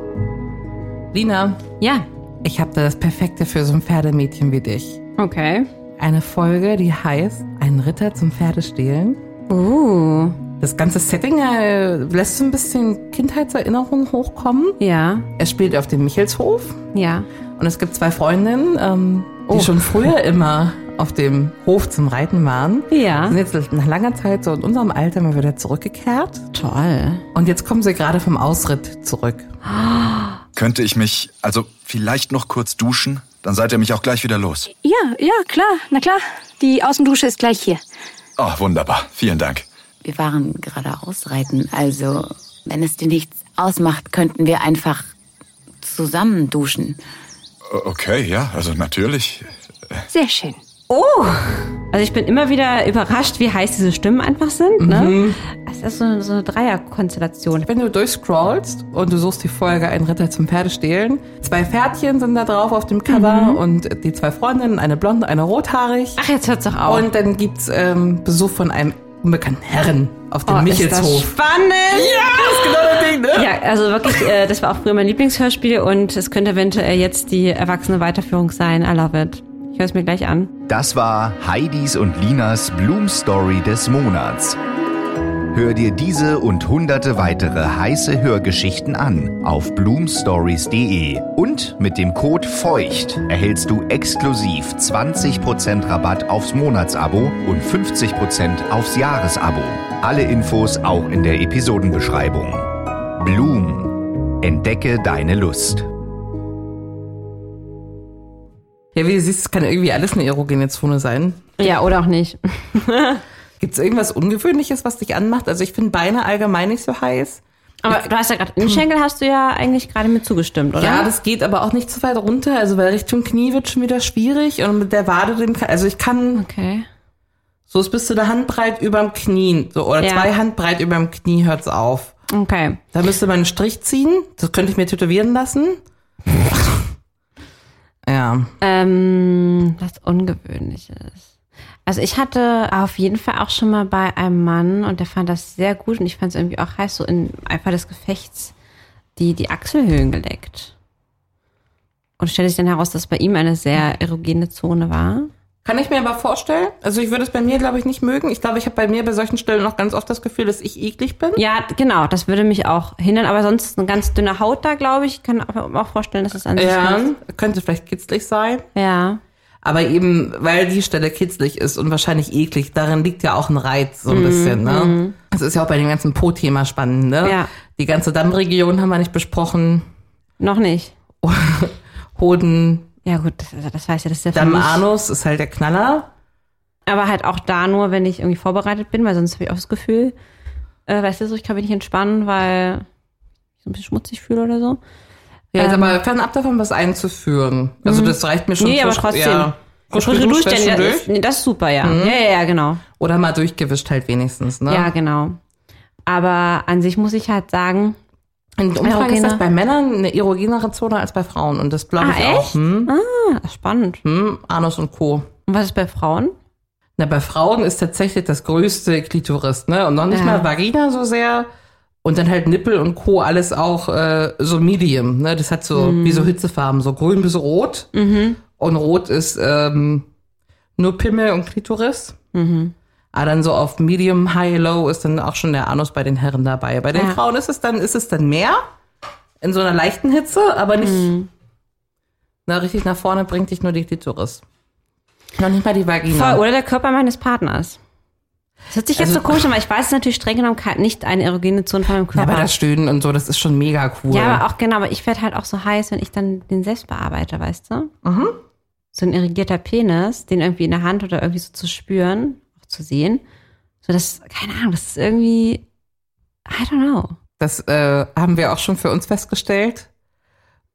[SPEAKER 3] Lina,
[SPEAKER 2] Ja,
[SPEAKER 3] ich habe da das Perfekte für so ein Pferdemädchen wie dich.
[SPEAKER 2] okay.
[SPEAKER 3] Eine Folge, die heißt Ein Ritter zum Pferdestehlen.
[SPEAKER 2] Uh,
[SPEAKER 3] Das ganze Setting äh, lässt so ein bisschen Kindheitserinnerungen hochkommen.
[SPEAKER 2] ja,
[SPEAKER 3] Er spielt auf dem Michelshof
[SPEAKER 2] ja.
[SPEAKER 3] und es gibt zwei Freundinnen, ähm, die
[SPEAKER 2] Oh.
[SPEAKER 3] schon früher immer auf dem Hof zum Reiten waren.
[SPEAKER 2] Ja.
[SPEAKER 3] Sind jetzt nach langer Zeit so in unserem Alter mal wieder zurückgekehrt.
[SPEAKER 2] Toll.
[SPEAKER 3] Und jetzt kommen sie gerade vom Ausritt zurück.
[SPEAKER 6] Könnte ich mich also vielleicht noch kurz duschen? Dann seid ihr mich auch gleich wieder los.
[SPEAKER 7] Ja, ja, klar, na klar. Die Außendusche ist gleich hier.
[SPEAKER 6] Ah, wunderbar. Vielen Dank.
[SPEAKER 8] Wir waren gerade ausreiten, also wenn es dir nichts ausmacht, könnten wir einfach zusammen duschen.
[SPEAKER 6] O- Okay, ja, also natürlich.
[SPEAKER 7] Sehr schön.
[SPEAKER 2] Oh! Also ich bin immer wieder überrascht, wie heiß diese Stimmen einfach sind. Ne? Es ist so, so eine Dreierkonstellation.
[SPEAKER 3] Wenn du durchscrollst und du suchst die Folge Ein Ritter zum Pferdestehlen, zwei Pferdchen sind da drauf auf dem Cover
[SPEAKER 2] Mhm.
[SPEAKER 3] und die zwei Freundinnen, eine blonde, eine rothaarig.
[SPEAKER 2] Ach, jetzt hört's doch auf.
[SPEAKER 3] Und dann gibt's ähm, Besuch von einem unbekannten Herren auf dem
[SPEAKER 2] Oh, ist das
[SPEAKER 3] Michelshof.
[SPEAKER 2] spannend!
[SPEAKER 3] Das ist genau das Ding, ne?
[SPEAKER 2] Ja, also wirklich, äh, das war auch früher mein Lieblingshörspiel und es könnte eventuell jetzt die erwachsene Weiterführung sein. I love it. Ich höre es mir gleich an.
[SPEAKER 1] Das war Heidis und Linas Bloom Story des Monats. Hör dir diese und hunderte weitere heiße Hörgeschichten an auf bloomstories.de und mit dem Code FEUCHT erhältst du exklusiv 20% Rabatt aufs Monatsabo und 50% aufs Jahresabo. Alle Infos auch in der Episodenbeschreibung. Bloom. Entdecke deine Lust.
[SPEAKER 3] Ja, wie du siehst, es kann irgendwie alles eine erogene Zone sein.
[SPEAKER 2] Ja, oder auch nicht.
[SPEAKER 3] Gibt's irgendwas Ungewöhnliches, was dich anmacht? Also ich finde Beine allgemein nicht so heiß.
[SPEAKER 2] Aber du hast ja gerade Innenschenkel hast du ja eigentlich gerade mit zugestimmt, oder?
[SPEAKER 3] Ja, das geht aber auch nicht zu weit runter. Also weil Richtung Knie wird schon wieder schwierig und mit der Wade dem kann, also ich kann
[SPEAKER 2] okay.
[SPEAKER 3] so ist bist du da handbreit überm Knie so oder
[SPEAKER 2] Ja.
[SPEAKER 3] zwei handbreit überm Knie hört's auf.
[SPEAKER 2] Okay.
[SPEAKER 3] Da müsste man einen Strich ziehen. Das könnte ich mir tätowieren lassen. [LAUGHS] ja.
[SPEAKER 2] Ähm, was Ungewöhnliches. Also ich hatte auf jeden Fall auch schon mal bei einem Mann und der fand das sehr gut und ich fand es irgendwie auch heiß, so im Eifer des Gefechts die, die Achselhöhlen geleckt. Und stellte sich dann heraus, dass bei ihm eine sehr erogene Zone war.
[SPEAKER 3] Kann ich mir aber vorstellen. Also ich würde es bei mir, glaube ich, nicht mögen. Ich glaube, ich habe bei mir bei solchen Stellen noch ganz oft das Gefühl, dass ich eklig bin.
[SPEAKER 2] Ja, genau, das würde mich auch hindern, aber sonst ist eine ganz dünne Haut da, glaube ich. Ich kann mir auch vorstellen, dass es an sich nicht-
[SPEAKER 3] Könnte vielleicht kitzlig sein.
[SPEAKER 2] Ja.
[SPEAKER 3] Aber eben, weil die Stelle kitzlig ist und wahrscheinlich eklig, darin liegt ja auch ein Reiz
[SPEAKER 2] Mhm,
[SPEAKER 3] so ein bisschen. Ne? Das ist ja auch bei dem ganzen Po-Thema spannend. Ne?
[SPEAKER 2] Ja.
[SPEAKER 3] Die ganze Dammregion haben wir nicht besprochen. [LAUGHS]
[SPEAKER 2] Noch nicht.
[SPEAKER 3] Hoden,
[SPEAKER 2] Ja, gut, das, also das weiß ja, das ist ja für
[SPEAKER 3] Damm,
[SPEAKER 2] mich-
[SPEAKER 3] Anus ist halt der Knaller.
[SPEAKER 2] Aber halt auch da nur, wenn ich irgendwie vorbereitet bin, weil sonst habe ich auch das Gefühl, äh, weißt du, so, ich kann mich nicht entspannen, weil ich so ein bisschen schmutzig fühle oder so.
[SPEAKER 3] Ja, jetzt Also, aber fernab davon, was einzuführen. Also das reicht mir schon.
[SPEAKER 2] Mhm. nee, aber
[SPEAKER 3] frisch-
[SPEAKER 2] trotzdem.
[SPEAKER 3] Ja. Frisch
[SPEAKER 2] Frische
[SPEAKER 3] geduscht,
[SPEAKER 2] Dusche,
[SPEAKER 3] wäre schon
[SPEAKER 2] das,
[SPEAKER 3] durch.
[SPEAKER 2] nee, das ist super, ja.
[SPEAKER 3] Mhm.
[SPEAKER 2] Ja, ja, ja, genau.
[SPEAKER 3] Oder mal durchgewischt halt wenigstens. Ne?
[SPEAKER 2] Ja, genau. Aber an sich muss ich halt sagen,
[SPEAKER 3] In Umfragen ist
[SPEAKER 2] Erogene.
[SPEAKER 3] das bei Männern eine erogenere Zone als bei Frauen. Und das glaube
[SPEAKER 2] Ah,
[SPEAKER 3] ich auch.
[SPEAKER 2] echt?
[SPEAKER 3] Hm?
[SPEAKER 2] Ah, spannend.
[SPEAKER 3] Hm? Anus und Co.
[SPEAKER 2] Und was ist bei Frauen?
[SPEAKER 3] Na, bei Frauen ist tatsächlich das größte Klitoris, ne? Und noch nicht
[SPEAKER 2] Ja.
[SPEAKER 3] mal Vagina so sehr. Und dann halt Nippel und Co. alles auch äh, so medium, ne? Das hat so
[SPEAKER 2] Mhm.
[SPEAKER 3] wie so Hitzefarben, so grün bis rot. Und rot ist ähm, nur Pimmel und Klitoris.
[SPEAKER 2] Mhm.
[SPEAKER 3] Aber dann so auf medium, high, low ist dann auch schon der Anus bei den Herren dabei. Bei den
[SPEAKER 2] Ja.
[SPEAKER 3] Frauen ist es dann, ist es dann mehr in so einer leichten Hitze, aber nicht
[SPEAKER 2] Mhm.
[SPEAKER 3] na, richtig nach vorne bringt dich nur die Klitoris. Noch nicht mal die Vagina.
[SPEAKER 2] Voll, oder der Körper meines Partners. Das hört sich jetzt
[SPEAKER 3] Also-
[SPEAKER 2] so komisch an, weil ich weiß es ist natürlich streng genommen kein- nicht eine erogene Zone von meinem
[SPEAKER 3] Ja,
[SPEAKER 2] Körper.
[SPEAKER 3] aber das Stöhnen und so, das ist schon mega cool.
[SPEAKER 2] Ja, aber auch genau, aber ich werde halt auch so heiß, wenn ich dann den selbst bearbeite, weißt du? So ein irrigierter Penis, den irgendwie in der Hand oder irgendwie so zu spüren, auch zu sehen. So das, keine Ahnung, das ist irgendwie, I don't know.
[SPEAKER 3] Das äh, haben wir auch schon für uns festgestellt.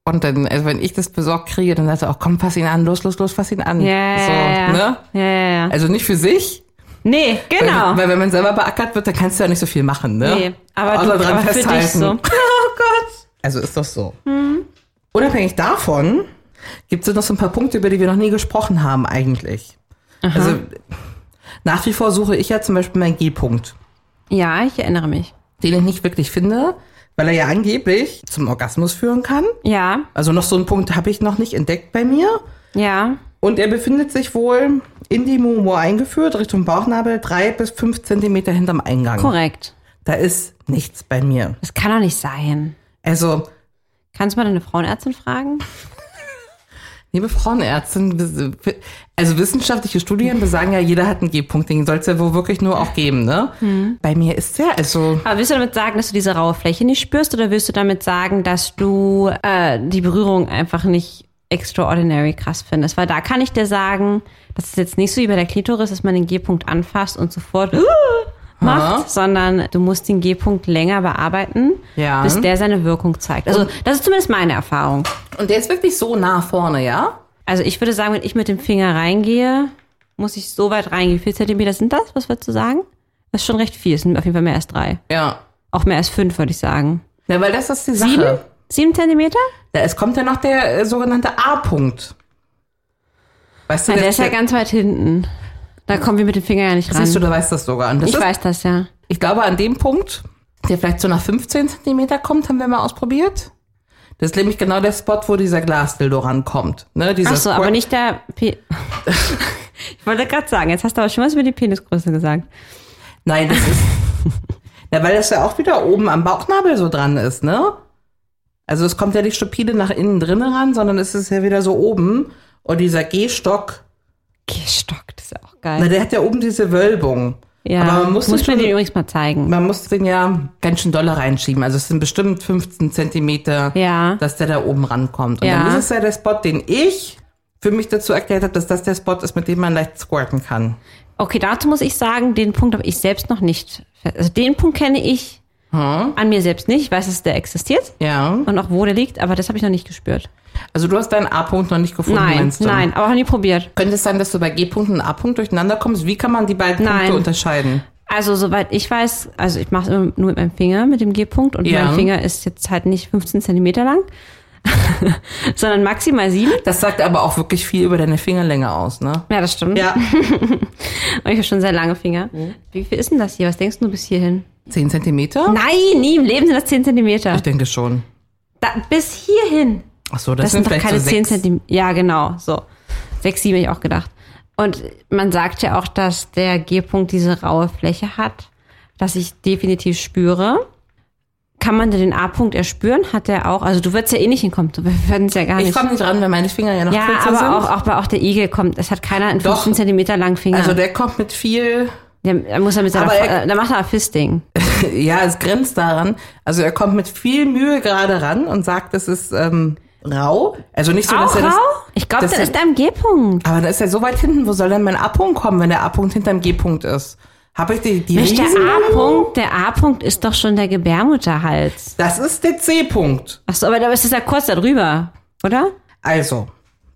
[SPEAKER 3] Und dann, also wenn ich das besorgt kriege, dann sagt er auch, komm, fass ihn an, los, los, los, fass ihn an.
[SPEAKER 2] Ja,
[SPEAKER 3] so,
[SPEAKER 2] ja, ja.
[SPEAKER 3] ne?
[SPEAKER 2] Ja, ja, ja.
[SPEAKER 3] Also nicht für sich.
[SPEAKER 2] Nee, genau.
[SPEAKER 3] Weil, weil wenn man selber beackert wird, dann kannst du ja nicht so viel machen, ne?
[SPEAKER 2] Nee, aber,
[SPEAKER 3] Außer
[SPEAKER 2] du,
[SPEAKER 3] dran
[SPEAKER 2] aber für dich
[SPEAKER 3] [LAUGHS] festhalten.
[SPEAKER 2] so. Oh Mhm.
[SPEAKER 3] Also ist das so. Unabhängig davon gibt es noch so ein paar Punkte, über die wir noch nie gesprochen haben eigentlich. Also nach wie vor suche ich ja zum Beispiel meinen G-Punkt.
[SPEAKER 2] Ja, ich erinnere mich.
[SPEAKER 3] den ich nicht wirklich finde, weil er ja angeblich zum Orgasmus führen kann.
[SPEAKER 2] Ja,
[SPEAKER 3] Also noch so einen Punkt habe ich noch nicht entdeckt bei mir.
[SPEAKER 2] ja.
[SPEAKER 3] Und er befindet sich wohl in die Mumu eingeführt, Richtung Bauchnabel, drei bis fünf Zentimeter hinterm Eingang.
[SPEAKER 2] Korrekt.
[SPEAKER 3] Da ist nichts bei mir.
[SPEAKER 2] Das kann doch nicht sein.
[SPEAKER 3] Also,
[SPEAKER 2] Kannst du mal deine Frauenärztin fragen?
[SPEAKER 3] liebe Frauenärztin, wis- also wissenschaftliche Studien besagen ja, jeder hat einen G-Punkt, den soll es ja wohl wirklich nur auch geben, ne?
[SPEAKER 2] Hm.
[SPEAKER 3] Bei mir ist der, also,
[SPEAKER 2] Aber willst du damit sagen, dass du diese raue Fläche nicht spürst oder willst du damit sagen, dass du äh, die Berührung einfach nicht extraordinary krass findest? Weil da kann ich dir sagen, das ist jetzt nicht so wie bei der Klitoris, dass man den G-Punkt anfasst und sofort uh, macht, sondern du musst den G-Punkt länger bearbeiten,
[SPEAKER 3] Ja.
[SPEAKER 2] bis der seine Wirkung zeigt. Also das ist zumindest meine Erfahrung.
[SPEAKER 3] und der ist wirklich so nah vorne, ja?
[SPEAKER 2] Also ich würde sagen, wenn ich mit dem Finger reingehe, muss ich so weit reingehen. Wie viele Zentimeter sind das? Was würdest du sagen? Das ist schon recht viel. Es sind auf jeden Fall mehr als drei.
[SPEAKER 3] Ja.
[SPEAKER 2] Auch mehr als fünf, würde ich sagen.
[SPEAKER 3] Ja, weil das ist die Sache.
[SPEAKER 2] Sieben? Sieben Zentimeter?
[SPEAKER 3] Ja, es kommt ja noch der äh, sogenannte A-Punkt. Weißt du,
[SPEAKER 2] Ja, Ah, der ist ja ganz weit hinten. Da kommen wir mit dem Finger ja nicht ran.
[SPEAKER 3] siehst du, du weißt das sogar. Und das
[SPEAKER 2] ich
[SPEAKER 3] ist,
[SPEAKER 2] weiß das ja.
[SPEAKER 3] ich glaube, an dem Punkt, der vielleicht so nach 15 Zentimeter kommt, haben wir mal ausprobiert. Das ist nämlich genau der Spot, wo dieser Glasdildo rankommt. Ne? Dieser
[SPEAKER 2] Ach so,
[SPEAKER 3] Squirt-
[SPEAKER 2] aber nicht der Pe [LAUGHS] Ich wollte gerade sagen, jetzt hast du aber schon was über die Penisgröße gesagt.
[SPEAKER 3] Nein,
[SPEAKER 2] [LAUGHS]
[SPEAKER 3] das ist. ja, weil das ja auch wieder oben am Bauchnabel so dran ist, ne? Also es kommt ja nicht stupide nach innen drinnen ran, sondern es ist ja wieder so oben. Und dieser G-Stock,
[SPEAKER 2] Gehstock, das ist ja auch
[SPEAKER 3] na,
[SPEAKER 2] geil.
[SPEAKER 3] der hat ja oben diese Wölbung.
[SPEAKER 2] ja,
[SPEAKER 3] aber man muss
[SPEAKER 2] muss
[SPEAKER 3] den
[SPEAKER 2] man
[SPEAKER 3] schon-
[SPEAKER 2] den übrigens mal zeigen.
[SPEAKER 3] Man muss den ja ganz schön doller reinschieben. Also es sind bestimmt 15 Zentimeter,
[SPEAKER 2] Ja.
[SPEAKER 3] dass der da oben rankommt. Und
[SPEAKER 2] Ja.
[SPEAKER 3] dann ist es ja der Spot, den ich für mich dazu erklärt habe, dass das der Spot ist, mit dem man leicht squirten kann.
[SPEAKER 2] Okay, dazu muss ich sagen, den Punkt habe ich selbst noch nicht. fe- Also den Punkt kenne ich
[SPEAKER 3] Hm?
[SPEAKER 2] an mir selbst nicht. Ich weiß, dass der existiert
[SPEAKER 3] Ja.
[SPEAKER 2] und auch wo der liegt, aber das habe ich noch nicht gespürt.
[SPEAKER 3] Also du hast deinen A-Punkt noch nicht gefunden,
[SPEAKER 2] nein,
[SPEAKER 3] meinst du?
[SPEAKER 2] nein, aber auch noch nie probiert.
[SPEAKER 3] Könnte es sein, dass du bei G-Punkt und A-Punkt durcheinander kommst? Wie kann man die beiden
[SPEAKER 2] Nein.
[SPEAKER 3] Punkte unterscheiden?
[SPEAKER 2] Also soweit ich weiß, also ich mache es immer nur mit meinem Finger, mit dem G-Punkt und
[SPEAKER 3] Ja.
[SPEAKER 2] mein Finger ist jetzt halt nicht 15 Zentimeter lang, [LAUGHS] sondern maximal sieben.
[SPEAKER 3] Das sagt aber auch wirklich viel über deine Fingerlänge aus, ne?
[SPEAKER 2] Ja, das stimmt.
[SPEAKER 3] [LAUGHS] Ja. Mhm.
[SPEAKER 2] Und ich habe schon sehr lange Finger. Wie viel ist denn das hier? Was denkst du bis hierhin?
[SPEAKER 3] 10 Zentimeter?
[SPEAKER 2] Nein, nie im Leben sind das 10 Zentimeter.
[SPEAKER 3] Ich denke schon.
[SPEAKER 2] Da, bis hierhin.
[SPEAKER 3] Ach so, das,
[SPEAKER 2] Das sind doch
[SPEAKER 3] vielleicht
[SPEAKER 2] keine
[SPEAKER 3] so
[SPEAKER 2] 10
[SPEAKER 3] sechs.
[SPEAKER 2] Zentimeter. Ja, genau. So. Sechs, sieben hätte ich auch gedacht. Und man sagt ja auch, dass der G-Punkt diese raue Fläche hat, dass ich definitiv spüre. Kann man denn den A-Punkt erspüren? Hat der auch? Also du wirst ja eh nicht hinkommen. Du- [LAUGHS] Wir werden es ja gar
[SPEAKER 3] Ich
[SPEAKER 2] nicht.
[SPEAKER 3] komme nicht ran, weil meine Finger ja noch
[SPEAKER 2] Ja,
[SPEAKER 3] kürzer sind.
[SPEAKER 2] aber auch, auch, bei, auch der Igel kommt. Es hat keiner einen
[SPEAKER 3] Doch.
[SPEAKER 2] 15 Zentimeter langen Finger.
[SPEAKER 3] Also der kommt mit viel
[SPEAKER 2] der, er muss ja mit seiner,
[SPEAKER 3] Aber er-
[SPEAKER 2] äh, da macht er ein Fisting.
[SPEAKER 3] Ja, es grenzt daran. Also er kommt mit viel Mühe gerade ran und sagt, es ist ähm, rau. Also nicht so, dass
[SPEAKER 2] auch
[SPEAKER 3] er das.
[SPEAKER 2] rau? Ich glaube,
[SPEAKER 3] dass
[SPEAKER 2] das
[SPEAKER 3] er-
[SPEAKER 2] ist am G-Punkt.
[SPEAKER 3] Aber da ist er so weit hinten. Wo soll denn mein A-Punkt kommen, wenn der A-Punkt hinterm G-Punkt ist? Habe ich die, die
[SPEAKER 2] Nicht der
[SPEAKER 3] Riesen-
[SPEAKER 2] A-Punkt. Der A-Punkt ist doch schon der Gebärmutterhals.
[SPEAKER 3] Das ist der C-Punkt.
[SPEAKER 2] Ach so, aber da ist es ja kurz darüber, oder?
[SPEAKER 3] Also,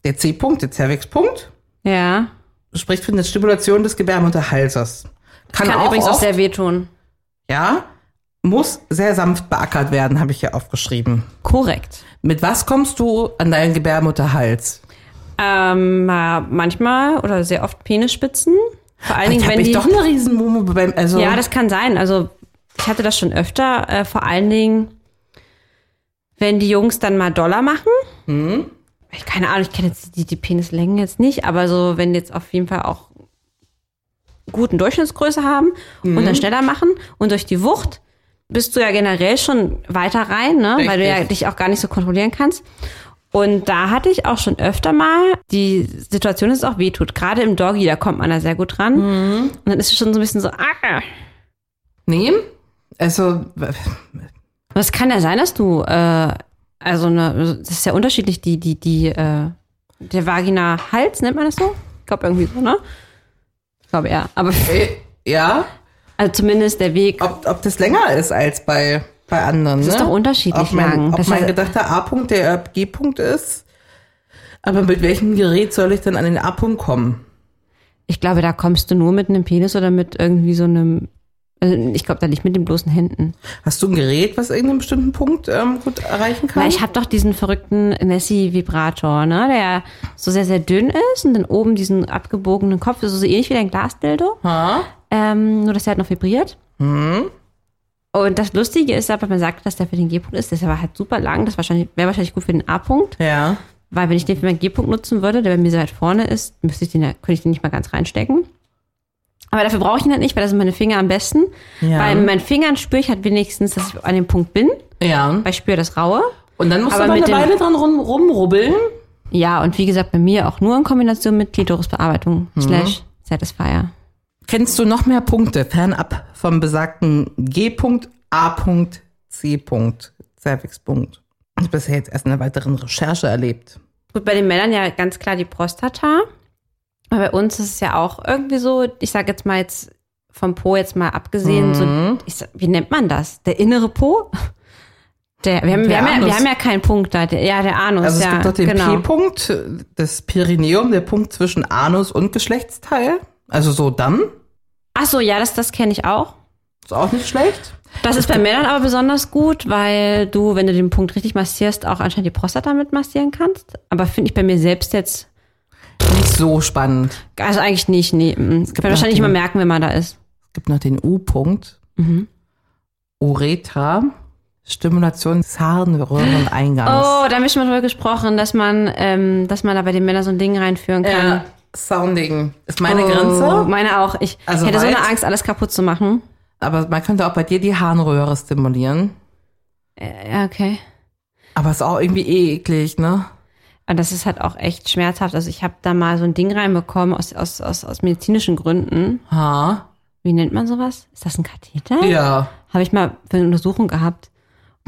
[SPEAKER 3] der C-Punkt, der Cervix-Punkt,
[SPEAKER 2] Ja.
[SPEAKER 3] spricht für eine Stimulation des Gebärmutterhalses. Kann,
[SPEAKER 2] Kann
[SPEAKER 3] auch
[SPEAKER 2] übrigens auch
[SPEAKER 3] oft-
[SPEAKER 2] sehr wehtun.
[SPEAKER 3] Ja, muss sehr sanft beackert werden, habe ich hier aufgeschrieben.
[SPEAKER 2] Korrekt.
[SPEAKER 3] Mit was kommst du an deinen Gebärmutterhals?
[SPEAKER 2] Ähm, äh, manchmal oder sehr oft Penisspitzen. Vor allen
[SPEAKER 3] Ich
[SPEAKER 2] Dingen, wenn
[SPEAKER 3] habe ich
[SPEAKER 2] die.
[SPEAKER 3] doch eine Riesenmumu beim, also
[SPEAKER 2] Ja, das kann sein. Also ich hatte das schon öfter. Äh, vor allen Dingen, wenn die Jungs dann mal Dollar machen. Ich, keine Ahnung, ich kenne jetzt die, die Penislängen jetzt nicht, aber so, wenn die jetzt auf jeden Fall auch guten Durchschnittsgröße haben und dann schneller machen und durch die Wucht bist du ja generell schon weiter rein, ne? weil du ja
[SPEAKER 3] Richtig.
[SPEAKER 2] dich auch gar nicht so kontrollieren kannst. Und da hatte ich auch schon öfter mal die Situation, dass es auch wehtut. Gerade im Doggy, da kommt man da sehr gut ran. Und dann ist es schon so ein bisschen so, ah.
[SPEAKER 3] nee, also w-
[SPEAKER 2] Aber es kann ja sein, dass du, äh, also eine, das ist ja unterschiedlich, die, die, die, äh, der Vagina-Hals, nennt man das so? Ich glaube irgendwie so, ne? Ich glaube ja. Aber
[SPEAKER 3] äh, ja,
[SPEAKER 2] also zumindest der Weg.
[SPEAKER 3] ob, ob das länger ist als bei bei anderen.
[SPEAKER 2] Das ist
[SPEAKER 3] ne?
[SPEAKER 2] doch unterschiedlich
[SPEAKER 3] ob mein,
[SPEAKER 2] lang.
[SPEAKER 3] Ob
[SPEAKER 2] Das
[SPEAKER 3] mein
[SPEAKER 2] heißt-
[SPEAKER 3] gedachter A-Punkt der äh, G-Punkt ist. Aber mit welchem Gerät soll ich denn an den A-Punkt kommen?
[SPEAKER 2] Ich glaube, da kommst du nur mit einem Penis oder mit irgendwie so einem. Also ich glaube, da nicht mit den bloßen Händen.
[SPEAKER 3] Hast du ein Gerät, was irgendeinen bestimmten Punkt ähm, gut erreichen kann?
[SPEAKER 2] Weil ich habe doch diesen verrückten Nessie-Vibrator, ne? Der so sehr, sehr dünn ist und dann oben diesen abgebogenen Kopf, also so ähnlich wie dein Glasdildo.
[SPEAKER 3] ha?
[SPEAKER 2] Ähm, nur, dass er halt noch vibriert. Und das Lustige ist aber, man sagt, dass der für den G-Punkt ist. Das ist aber halt super lang. Das wahrscheinlich, wäre wahrscheinlich gut für den A-Punkt.
[SPEAKER 3] Ja.
[SPEAKER 2] Weil wenn ich den für meinen G-Punkt nutzen würde, der bei mir so weit vorne ist, müsste ich den, ja- könnte ich den nicht mal ganz reinstecken. Aber dafür brauche ich ihn halt nicht, weil das sind meine Finger am besten.
[SPEAKER 3] Ja.
[SPEAKER 2] Weil mit meinen Fingern spüre ich halt wenigstens, dass ich an dem Punkt bin.
[SPEAKER 3] Ja.
[SPEAKER 2] Weil ich spüre das Raue.
[SPEAKER 3] Und dann musst
[SPEAKER 2] Aber
[SPEAKER 3] du aber
[SPEAKER 2] mit
[SPEAKER 3] eine
[SPEAKER 2] dem-
[SPEAKER 3] Weile dran rum, rumrubbeln.
[SPEAKER 2] Ja, und wie gesagt, bei mir auch nur in Kombination mit Klitorisbearbeitung slash Satisfier.
[SPEAKER 3] Kennst du noch mehr Punkte fernab vom besagten G-Punkt, A-Punkt, C-Punkt, Cervix-Punkt? Ich habe bisher jetzt erst eine weiteren Recherche erlebt.
[SPEAKER 2] Gut, bei den Männern ja ganz klar die Prostata. Aber bei uns ist es ja auch irgendwie so, ich sage jetzt mal jetzt vom Po jetzt mal abgesehen,
[SPEAKER 3] Mhm.
[SPEAKER 2] so, ich sag, wie nennt man das? Der innere Po? Der, wir, haben,
[SPEAKER 3] Der
[SPEAKER 2] wir, haben ja,
[SPEAKER 3] Anus.
[SPEAKER 2] wir haben ja keinen Punkt da. Der, ja, der Anus.
[SPEAKER 3] Also es
[SPEAKER 2] Oh, ja,
[SPEAKER 3] gibt doch den
[SPEAKER 2] genau.
[SPEAKER 3] P-Punkt, das Perineum, der Punkt zwischen Anus und Geschlechtsteil. Also so Damm.
[SPEAKER 2] Ach so, ja, das, das kenne ich auch.
[SPEAKER 3] Ist auch nicht schlecht.
[SPEAKER 2] Das ist bei Männern aber besonders gut, weil du, wenn du den Punkt richtig massierst, auch anscheinend die Prostata mit massieren kannst. Aber finde ich bei mir selbst jetzt,
[SPEAKER 3] Nicht so spannend.
[SPEAKER 2] also eigentlich nicht, nee. mm. Ich werde wahrscheinlich
[SPEAKER 3] noch
[SPEAKER 2] immer
[SPEAKER 3] den-
[SPEAKER 2] merken, wenn man da ist.
[SPEAKER 3] Es gibt noch den U-Punkt.
[SPEAKER 2] Mhm.
[SPEAKER 3] Uretra. Stimulation des Harnröhreneingangs.
[SPEAKER 2] Oh, da haben wir schon mal drüber gesprochen, dass man, ähm, dass man da bei den Männern so ein Ding reinführen kann.
[SPEAKER 3] Sounding ist meine
[SPEAKER 2] oh,
[SPEAKER 3] Grenze.
[SPEAKER 2] Meine auch. Ich
[SPEAKER 3] Also
[SPEAKER 2] hätte so
[SPEAKER 3] weit?
[SPEAKER 2] eine Angst, alles kaputt zu machen.
[SPEAKER 3] Aber man könnte auch bei dir die Harnröhre stimulieren.
[SPEAKER 2] Ja, okay.
[SPEAKER 3] Aber ist auch irgendwie eklig, ne?
[SPEAKER 2] Aber das ist halt auch echt schmerzhaft. Also ich habe da mal so ein Ding reinbekommen aus, aus, aus, aus medizinischen Gründen.
[SPEAKER 3] Ha?
[SPEAKER 2] Wie nennt man sowas? Ist das ein Katheter?
[SPEAKER 3] Ja.
[SPEAKER 2] Habe ich mal für eine Untersuchung gehabt.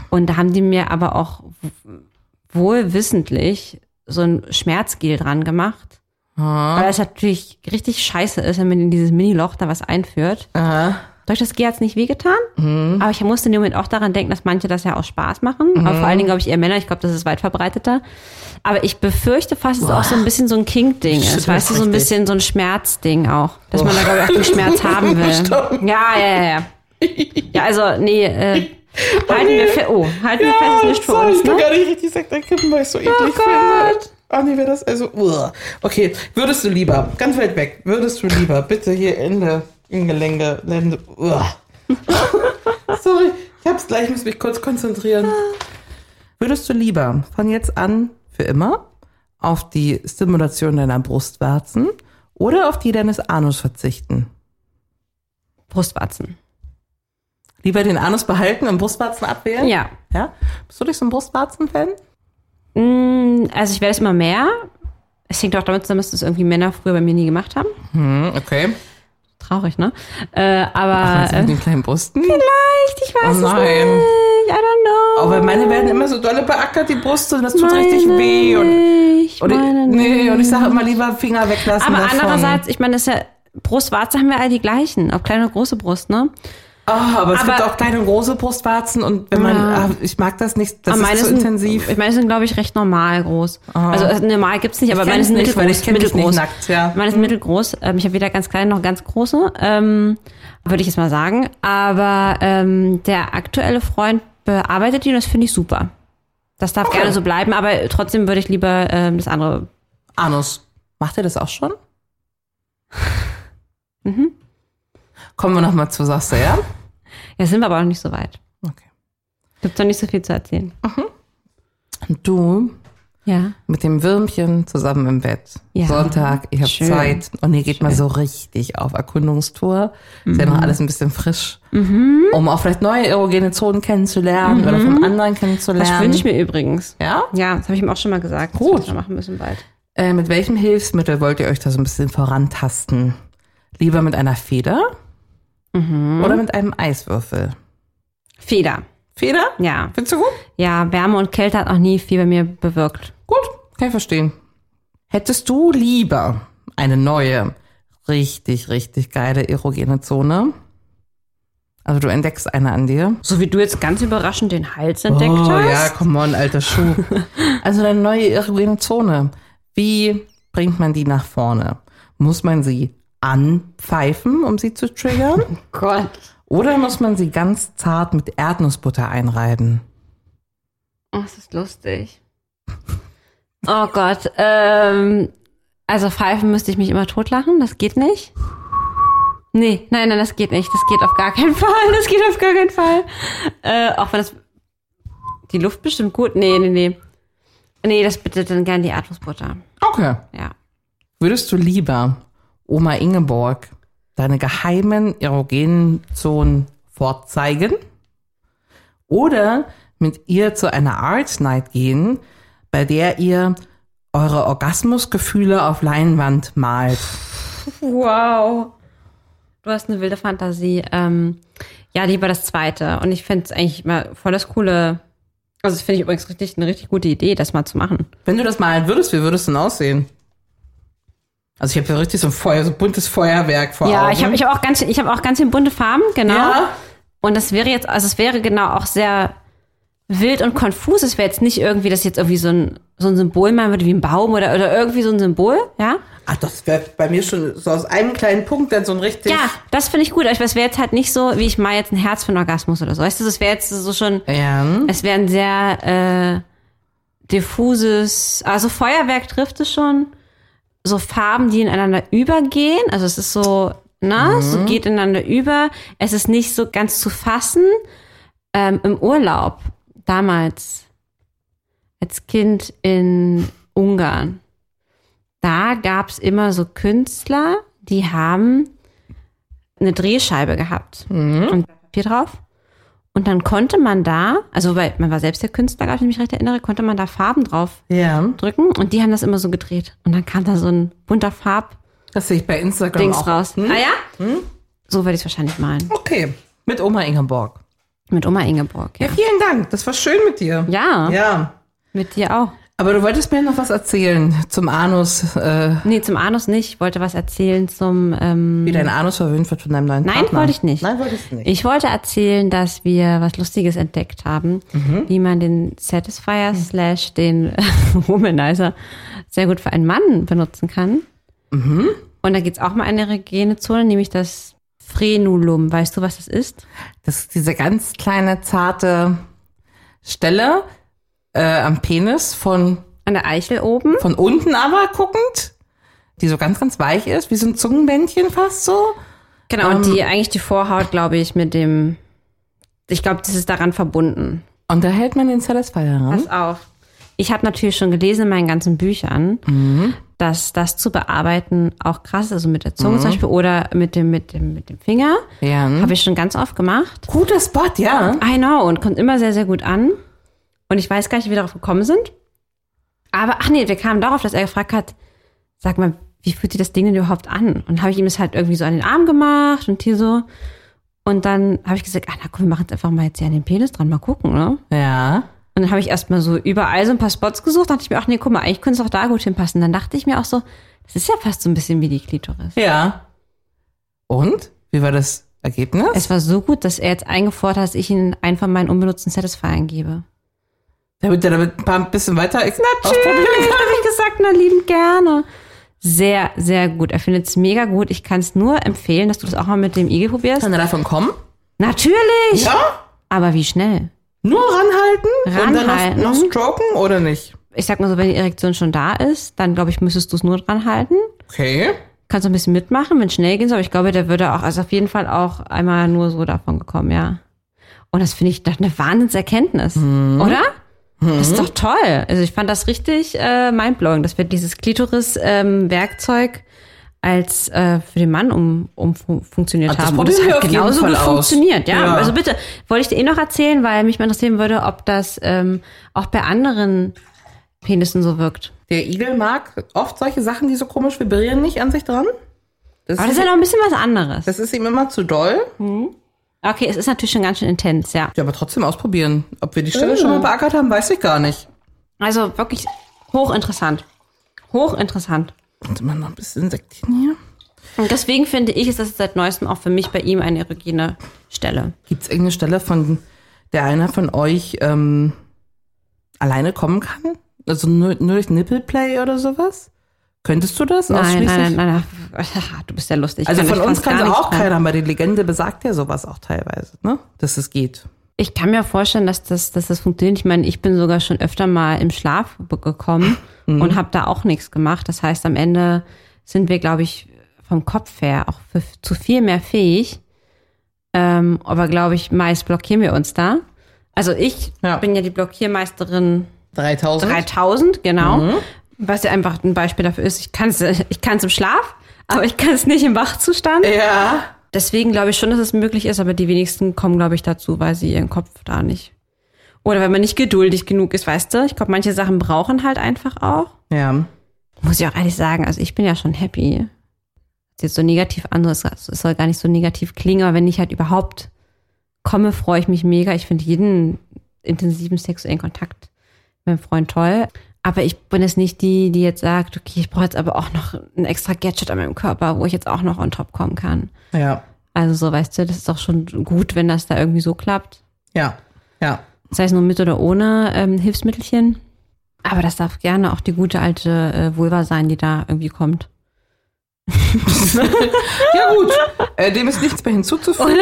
[SPEAKER 2] Und da haben die mir aber auch w- wohlwissentlich so ein Schmerzgel dran gemacht.
[SPEAKER 3] Ha?
[SPEAKER 2] Weil das natürlich richtig scheiße ist, wenn man in dieses Mini-Loch da was einführt. Durch das Geh hat's nicht wehgetan. Aber ich musste in dem Moment auch daran denken, dass manche das ja auch Spaß machen. Aber vor allen Dingen, glaube ich, eher Männer. Ich glaube, das ist weit verbreiteter. Aber ich befürchte fast, dass es auch so ein bisschen so ein Kink-Ding ist.
[SPEAKER 3] Stimmt,
[SPEAKER 2] Weißt du, so ein
[SPEAKER 3] richtig.
[SPEAKER 2] bisschen so ein Schmerzding auch. Dass man da, glaube ich, auch den Schmerz haben will. Ja, ja, ja. Ja, also, nee, äh, halten wir fest. Oh, halten wir fest, ist nicht für uns, ne?
[SPEAKER 3] nicht richtig Sekt einkippen, weil ich so eklig oh
[SPEAKER 2] Gott.
[SPEAKER 3] Ah, nee, wäre das also. uah. Okay, würdest du lieber, ganz weit weg, würdest du lieber, bitte hier Ende im Gelände, Lende. uah. [LAUGHS] Sorry, ich hab's gleich, muss mich kurz konzentrieren. Würdest du lieber von jetzt an für immer auf die Stimulation deiner Brustwarzen oder auf die deines Anus verzichten?
[SPEAKER 2] Brustwarzen.
[SPEAKER 3] Lieber den Anus behalten und Brustwarzen abwählen?
[SPEAKER 2] Ja.
[SPEAKER 3] ja? Bist du dich so ein Brustwarzen-Fan?
[SPEAKER 2] Mm, Also ich werde es immer mehr. Es hängt auch damit zusammen, dass das irgendwie Männer früher bei mir nie gemacht haben.
[SPEAKER 3] Okay.
[SPEAKER 2] Traurig, ne? Äh,
[SPEAKER 3] Ach,
[SPEAKER 2] aber
[SPEAKER 3] meinst du
[SPEAKER 2] äh,
[SPEAKER 3] mit den kleinen Brusten?
[SPEAKER 2] vielleicht, ich weiß
[SPEAKER 3] Oh nein.
[SPEAKER 2] es nicht. I don't know.
[SPEAKER 3] Aber meine werden immer so dolle beackert, die Brust, und das tut richtig
[SPEAKER 2] Meine
[SPEAKER 3] weh. Und,
[SPEAKER 2] nicht,
[SPEAKER 3] und, ich,
[SPEAKER 2] meine
[SPEAKER 3] nee,
[SPEAKER 2] nicht.
[SPEAKER 3] und ich sage immer lieber Finger weglassen.
[SPEAKER 2] Aber
[SPEAKER 3] davon.
[SPEAKER 2] andererseits, ich meine, das ist ja Brustwarze haben wir alle die gleichen, auch kleine und große Brust, ne?
[SPEAKER 3] Ah, aber es
[SPEAKER 2] Aber-
[SPEAKER 3] gibt auch kleine und große Brustwarzen und wenn man,
[SPEAKER 2] Ja.
[SPEAKER 3] ah, ich mag das nicht, das
[SPEAKER 2] Aber meine
[SPEAKER 3] ist zu
[SPEAKER 2] sind-
[SPEAKER 3] intensiv.
[SPEAKER 2] Ich meine, die sind, glaube ich, recht normal groß. Also äh, normal gibt's nicht, aber
[SPEAKER 3] kenn
[SPEAKER 2] meine
[SPEAKER 3] es
[SPEAKER 2] sind
[SPEAKER 3] nicht, weil
[SPEAKER 2] mittelgroß.
[SPEAKER 3] ich kenn mich nicht ne?
[SPEAKER 2] mittelgroß.
[SPEAKER 3] nackt, ja.
[SPEAKER 2] Meine sind mittelgroß. Ähm, ich habe weder ganz kleine noch ganz große, ähm, würde ich jetzt mal sagen. Aber ähm, der aktuelle Freund bearbeitet die und das finde ich super. Das darf gerne so bleiben, aber trotzdem würde ich lieber ähm, das andere.
[SPEAKER 3] Anus. Macht ihr das
[SPEAKER 2] [LAUGHS]
[SPEAKER 3] auch schon?
[SPEAKER 2] Mhm.
[SPEAKER 3] Kommen wir nochmal zu Sasse, ja?
[SPEAKER 2] Ja, sind wir aber noch nicht so weit.
[SPEAKER 3] Okay.
[SPEAKER 2] Gibt's noch nicht so viel zu erzählen.
[SPEAKER 3] Und du
[SPEAKER 2] Ja.
[SPEAKER 3] mit dem Würmchen zusammen im Bett.
[SPEAKER 2] Ja.
[SPEAKER 3] Sonntag, ihr habt
[SPEAKER 2] Schön.
[SPEAKER 3] Zeit. Und ihr geht mal so richtig auf Erkundungstour. Ist ja
[SPEAKER 2] Mhm.
[SPEAKER 3] noch alles ein bisschen frisch. Um auch vielleicht neue erogene Zonen kennenzulernen oder vom anderen
[SPEAKER 2] Das
[SPEAKER 3] kennenzulernen.
[SPEAKER 2] wünsche Mhm. ich mir übrigens.
[SPEAKER 3] Ja?
[SPEAKER 2] Ja, das habe ich ihm auch schon mal gesagt. dass wir
[SPEAKER 3] Gut.
[SPEAKER 2] Das wir machen müssen bald.
[SPEAKER 3] Äh, mit welchem Hilfsmittel wollt ihr euch da so ein bisschen vorantasten? Lieber mit einer Feder
[SPEAKER 2] Mhm.
[SPEAKER 3] oder mit einem Eiswürfel?
[SPEAKER 2] Feder.
[SPEAKER 3] Feder?
[SPEAKER 2] Ja.
[SPEAKER 3] Findest du gut?
[SPEAKER 2] Ja, Wärme und Kälte hat noch nie viel bei mir bewirkt.
[SPEAKER 3] Gut, kann ich verstehen. Hättest du lieber eine neue, richtig, richtig geile erogene Zone? Also du entdeckst eine an dir.
[SPEAKER 2] So wie du jetzt ganz überraschend den Hals entdeckt
[SPEAKER 3] oh
[SPEAKER 2] hast.
[SPEAKER 3] ja, come on, alter Schuh. [LAUGHS] also eine neue erogene Zone. Wie bringt man die nach vorne? Muss man sie anpfeifen, um sie zu triggern?
[SPEAKER 2] Gott.
[SPEAKER 3] Oder muss man sie ganz zart mit Erdnussbutter einreiben?
[SPEAKER 2] Oh, das ist lustig. Oh Gott. Ähm, also pfeifen müsste ich mich immer totlachen. Das geht nicht. Nee, nein, nein, das geht nicht. Das geht auf gar keinen [LAUGHS] Fall. Das geht auf gar keinen Fall. Äh, auch wenn das... Die Luft bestimmt gut. Nee, nee, nee. Nee, das bitte dann gern die Erdnussbutter.
[SPEAKER 3] Okay.
[SPEAKER 2] Ja.
[SPEAKER 3] Würdest du lieber Oma Ingeborg deine geheimen erogenen Zonen vorzeigen? Oder mit ihr zu einer Art Night gehen, bei der ihr eure Orgasmusgefühle auf Leinwand malt?
[SPEAKER 2] Wow. Du hast eine wilde Fantasie. Ähm, ja, lieber das zweite. Und ich finde es eigentlich mal voll das coole. Also, das finde ich übrigens richtig, eine richtig gute Idee, das mal zu machen.
[SPEAKER 3] Wenn du das malen würdest, wie würde es denn aussehen? Also ich habe ja richtig so ein Feuer, so buntes Feuerwerk vor
[SPEAKER 2] ja,
[SPEAKER 3] Augen.
[SPEAKER 2] ich habe ich hab auch ganz, ich habe auch ganz schön bunte Farben, genau.
[SPEAKER 3] Ja.
[SPEAKER 2] Und das wäre jetzt, also es wäre genau auch sehr wild und konfus. Es wäre jetzt nicht irgendwie, dass ich jetzt irgendwie so ein, so ein Symbol machen würde, wie ein Baum oder, oder irgendwie so ein Symbol, ja.
[SPEAKER 3] Ach, Ah, das wäre bei mir schon so aus einem kleinen Punkt dann so ein richtig.
[SPEAKER 2] Ja, das finde ich gut. Aber es wäre jetzt halt nicht so, wie ich mal jetzt ein Herz für einen Orgasmus oder so. Weißt du, das wäre jetzt so schon,
[SPEAKER 3] Ja.
[SPEAKER 2] Es wäre ein sehr äh, diffuses, also Feuerwerk trifft es schon. So Farben, die ineinander übergehen. Also es ist so, ne, so geht ineinander über. Es ist nicht so ganz zu fassen. Ähm, Im Urlaub, damals, als Kind in Ungarn, da gab's immer so Künstler, die haben eine Drehscheibe gehabt und Papier drauf. Und dann konnte man da, also weil man war selbst der Künstler, glaube ich, wenn ich mich recht erinnere, konnte man da Farben drauf
[SPEAKER 3] Ja.
[SPEAKER 2] drücken und die haben das immer so gedreht. Und dann kam da so ein bunter Farbdings
[SPEAKER 3] Das sehe ich bei Instagram auch. Hm?
[SPEAKER 2] raus. Ah ja? So werde ich es wahrscheinlich malen.
[SPEAKER 3] Okay, mit Oma Ingeborg.
[SPEAKER 2] Mit Oma Ingeborg. Ja.
[SPEAKER 3] Ja, vielen Dank. Das war schön mit dir.
[SPEAKER 2] Ja,
[SPEAKER 3] Ja. ne?
[SPEAKER 2] mit dir auch.
[SPEAKER 3] Aber du wolltest mir noch was erzählen zum Anus, äh,
[SPEAKER 2] Nee, zum Anus nicht. Ich wollte was erzählen zum. Ähm,
[SPEAKER 3] wie dein Anus verwöhnt wird von deinem neuen
[SPEAKER 2] Nein,
[SPEAKER 3] Partner.
[SPEAKER 2] wollte ich nicht.
[SPEAKER 3] Mhm. Nein, wollte ich nicht.
[SPEAKER 2] Ich wollte erzählen, dass wir was Lustiges entdeckt haben, wie man den Satisfier slash den [LAUGHS] Womanizer sehr gut für einen Mann benutzen kann. Und da geht's auch mal in eine erogene Zone, nämlich das Frenulum. Weißt du, was das ist?
[SPEAKER 3] Das ist diese ganz kleine, zarte Stelle äh, am Penis von,
[SPEAKER 2] An der Eichel oben.
[SPEAKER 3] von unten aber guckend, die so ganz, ganz weich ist, wie so ein Zungenbändchen fast so.
[SPEAKER 2] Genau, und die eigentlich die Vorhaut, glaube ich, mit dem. Ich glaube, das ist daran verbunden.
[SPEAKER 3] Und da hält man den Satisfier ran.
[SPEAKER 2] Pass auf. Ich habe natürlich schon gelesen in meinen ganzen Büchern, dass das zu bearbeiten auch krass ist, also mit der Zunge zum Beispiel oder mit dem, mit dem, mit dem Finger.
[SPEAKER 3] Ja.
[SPEAKER 2] Habe ich schon ganz oft gemacht.
[SPEAKER 3] Guter Spot, ja.
[SPEAKER 2] I know und kommt immer sehr, sehr gut an. Und ich weiß gar nicht, wie wir darauf gekommen sind. Aber, ach nee, wir kamen darauf, dass er gefragt hat, sag mal, wie fühlt sich das Ding denn überhaupt an? Und habe ich ihm das halt irgendwie so an den Arm gemacht und hier so. Und dann habe ich gesagt, ah, na komm, wir machen jetzt einfach mal jetzt hier an den Penis dran, mal gucken, ne?
[SPEAKER 3] Ja.
[SPEAKER 2] Und dann habe ich erstmal so überall so ein paar Spots gesucht. Dachte ich mir, ach nee, guck mal, eigentlich könnte es auch da gut hinpassen. Dann dachte ich mir auch so, das ist ja fast so ein bisschen wie die Klitoris.
[SPEAKER 3] Ja. Und? Wie war das Ergebnis?
[SPEAKER 2] Es war so gut, dass er jetzt eingefordert hat, dass ich ihn einfach meinen unbenutzten Satisfying gebe.
[SPEAKER 3] damit er damit ein paar ein bisschen weiter ex- ausprobieren
[SPEAKER 2] Natürlich
[SPEAKER 3] kann.
[SPEAKER 2] habe ich gesagt, na lieben gerne. Sehr, sehr gut. Er findet es mega gut. Ich kann es nur empfehlen, dass du das auch mal mit dem Igel probierst.
[SPEAKER 3] Kann er davon kommen?
[SPEAKER 2] Natürlich!
[SPEAKER 3] Ja?
[SPEAKER 2] Aber wie schnell?
[SPEAKER 3] Nur ranhalten,
[SPEAKER 2] Ranhalten.
[SPEAKER 3] und dann noch, noch stroken oder nicht?
[SPEAKER 2] Ich sag mal so, wenn die Erektion schon da ist, dann glaube ich, müsstest du es nur dran halten.
[SPEAKER 3] Okay.
[SPEAKER 2] Kannst du ein bisschen mitmachen, wenn es schnell gehen soll. Aber ich glaube, der würde auch, also auf jeden Fall auch einmal nur so davon gekommen, ja. Und das finde ich doch eine Wahnsinnserkenntnis,
[SPEAKER 3] Mhm.
[SPEAKER 2] oder? Das ist doch toll. Also ich fand das richtig äh, mindblowing, dass wir dieses Klitoris-Werkzeug als äh, für den Mann um, um fu- funktioniert
[SPEAKER 3] Ah, das
[SPEAKER 2] haben. Und es
[SPEAKER 3] probieren wir
[SPEAKER 2] hat
[SPEAKER 3] auf jeden
[SPEAKER 2] genauso
[SPEAKER 3] Fall
[SPEAKER 2] gut
[SPEAKER 3] aus.
[SPEAKER 2] funktioniert. Ja?
[SPEAKER 3] Ja.
[SPEAKER 2] also bitte, wollte ich dir eh noch erzählen, weil mich mal interessieren würde, ob das ähm, auch bei anderen Penissen so wirkt.
[SPEAKER 3] Der Igel mag oft solche Sachen, die so komisch vibrieren, nicht an sich dran. Das,
[SPEAKER 2] Aber das ist
[SPEAKER 3] ist,
[SPEAKER 2] ja noch ein bisschen was anderes.
[SPEAKER 3] das ist ihm immer zu doll.
[SPEAKER 2] Okay, es ist natürlich schon ganz schön intens, ja.
[SPEAKER 3] Ja, aber trotzdem ausprobieren. Ob wir die Stelle schon mal beackert haben, weiß ich gar nicht.
[SPEAKER 2] Also wirklich hochinteressant. Hochinteressant.
[SPEAKER 3] Warte mal, noch ein bisschen Insektchen hier.
[SPEAKER 2] Und deswegen finde ich, ist das seit neuestem auch für mich bei ihm eine erogene Stelle.
[SPEAKER 3] Gibt es irgendeine Stelle, von der einer von euch ähm, alleine kommen kann? Also nur, nur durch Nippelplay oder sowas? Könntest du das
[SPEAKER 2] Nein,
[SPEAKER 3] ausschließlich?
[SPEAKER 2] nein, nein, nein, nein. [LAUGHS] Du bist ja lustig.
[SPEAKER 3] Also
[SPEAKER 2] Kann
[SPEAKER 3] von
[SPEAKER 2] ich
[SPEAKER 3] uns
[SPEAKER 2] fast
[SPEAKER 3] kann
[SPEAKER 2] gar
[SPEAKER 3] es
[SPEAKER 2] nicht
[SPEAKER 3] auch
[SPEAKER 2] rein.
[SPEAKER 3] keiner, aber die Legende besagt ja sowas auch teilweise, ne? Dass es geht.
[SPEAKER 2] Ich kann mir vorstellen, dass das, dass das funktioniert. Ich meine, ich bin sogar schon öfter mal im Schlaf be- gekommen
[SPEAKER 3] Mhm.
[SPEAKER 2] und habe da auch nichts gemacht. Das heißt, am Ende sind wir, glaube ich, vom Kopf her auch für, zu viel mehr fähig. Ähm, aber glaube ich, meist blockieren wir uns da. Also ich
[SPEAKER 3] Ja.
[SPEAKER 2] bin ja die Blockiermeisterin
[SPEAKER 3] 3000?
[SPEAKER 2] 3000, genau. Was ja einfach ein Beispiel dafür ist, ich kann es ich kann's [LAUGHS] im Schlaf, aber ich kann es nicht im Wachzustand.
[SPEAKER 3] Ja.
[SPEAKER 2] Deswegen glaube ich schon, dass es möglich ist, aber die wenigsten kommen, glaube ich, dazu, weil sie ihren Kopf da nicht. Oder wenn man nicht geduldig genug ist, weißt du? Ich glaube, manche Sachen brauchen halt einfach auch.
[SPEAKER 3] Ja.
[SPEAKER 2] Muss ich auch ehrlich sagen, also ich bin ja schon happy. Hört sich Jetzt so negativ an, so es es soll gar nicht so negativ klingen, aber wenn ich halt überhaupt komme, freue ich mich mega. Ich finde jeden intensiven sexuellen Kontakt mit meinem Freund toll. Aber ich bin jetzt nicht die, die jetzt sagt, okay, ich brauche jetzt aber auch noch ein extra Gadget an meinem Körper, wo ich jetzt auch noch on top kommen kann.
[SPEAKER 3] Ja.
[SPEAKER 2] Also so, weißt du, das ist doch schon gut, wenn das da irgendwie so klappt.
[SPEAKER 3] Ja. Ja.
[SPEAKER 2] Das heißt nur mit oder ohne ähm, Hilfsmittelchen. Aber das darf gerne auch die gute alte äh, Vulva sein, die da irgendwie kommt.
[SPEAKER 3] Ja, gut. Äh, dem ist nichts mehr hinzuzufügen.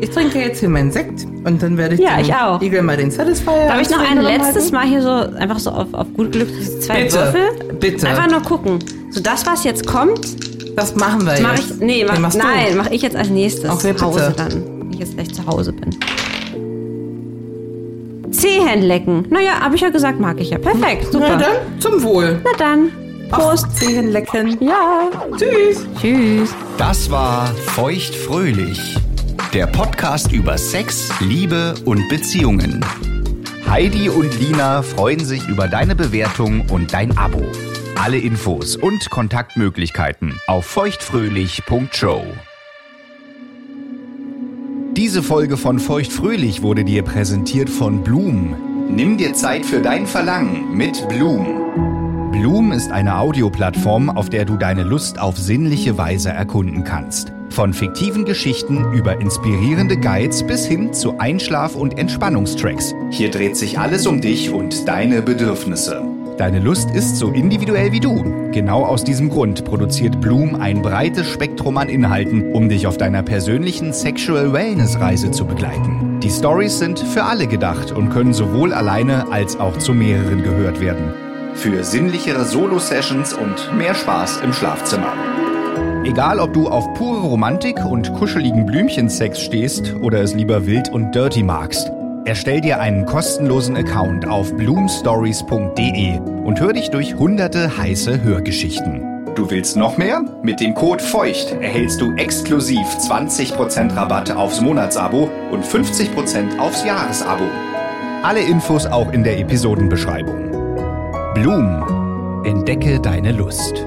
[SPEAKER 3] Ich trinke jetzt hier meinen Sekt und dann werde ich
[SPEAKER 2] Ja,
[SPEAKER 3] dem
[SPEAKER 2] ich auch.
[SPEAKER 3] Igel mal den Satisfier.
[SPEAKER 2] Darf ich noch ein
[SPEAKER 3] ausprobieren
[SPEAKER 2] letztes
[SPEAKER 3] halten?
[SPEAKER 2] Mal hier so, einfach so auf, auf gut Glück, diese zwei
[SPEAKER 3] Bitte,
[SPEAKER 2] Würfel?
[SPEAKER 3] bitte.
[SPEAKER 2] Einfach nur gucken. So das, was jetzt kommt,
[SPEAKER 3] Das machen wir
[SPEAKER 2] mache ich,
[SPEAKER 3] jetzt.
[SPEAKER 2] nee, mach,
[SPEAKER 3] Den machst du.
[SPEAKER 2] nein, mache ich jetzt als nächstes
[SPEAKER 3] Okay,
[SPEAKER 2] zu Hause
[SPEAKER 3] bitte.
[SPEAKER 2] dann, wenn ich jetzt gleich zu Hause bin. Zehen lecken. Naja, habe ich ja gesagt, mag ich ja. Perfekt,
[SPEAKER 3] [LAUGHS] Na
[SPEAKER 2] super.
[SPEAKER 3] dann, zum Wohl.
[SPEAKER 2] Na dann. Prost.
[SPEAKER 3] Prost. Zehen lecken.
[SPEAKER 2] Ja.
[SPEAKER 3] Tschüss.
[SPEAKER 2] Tschüss.
[SPEAKER 1] Das war Feuchtfröhlich, der Podcast über Sex, Liebe und Beziehungen. Heidi und Lina freuen sich über deine Bewertung und dein Abo. Alle Infos und Kontaktmöglichkeiten auf feuchtfröhlich.show. Diese Folge von Feuchtfröhlich wurde dir präsentiert von Blum. Nimm dir Zeit für dein Verlangen mit Blum. Bloom ist eine Audioplattform, auf der du deine Lust auf sinnliche Weise erkunden kannst. Von fiktiven Geschichten über inspirierende Guides bis hin zu Einschlaf- und Entspannungstracks. Hier dreht sich alles um dich und deine Bedürfnisse. Deine Lust ist so individuell wie du. Genau aus diesem Grund produziert Bloom ein breites Spektrum an Inhalten, um dich auf deiner persönlichen Sexual Wellness Reise zu begleiten. Die Stories sind für alle gedacht und können sowohl alleine als auch zu mehreren gehört werden für sinnlichere Solo-Sessions und mehr Spaß im Schlafzimmer. Egal, ob du auf pure Romantik und kuscheligen Blümchensex stehst oder es lieber wild und dirty magst, erstell dir einen kostenlosen Account auf bloomstories.de und hör dich durch hunderte heiße Hörgeschichten. Du willst noch mehr? Mit dem Code FEUCHT erhältst du exklusiv 20% Rabatt aufs Monatsabo und 50% aufs Jahresabo. Alle Infos auch in der Episodenbeschreibung. Blum. Entdecke deine Lust.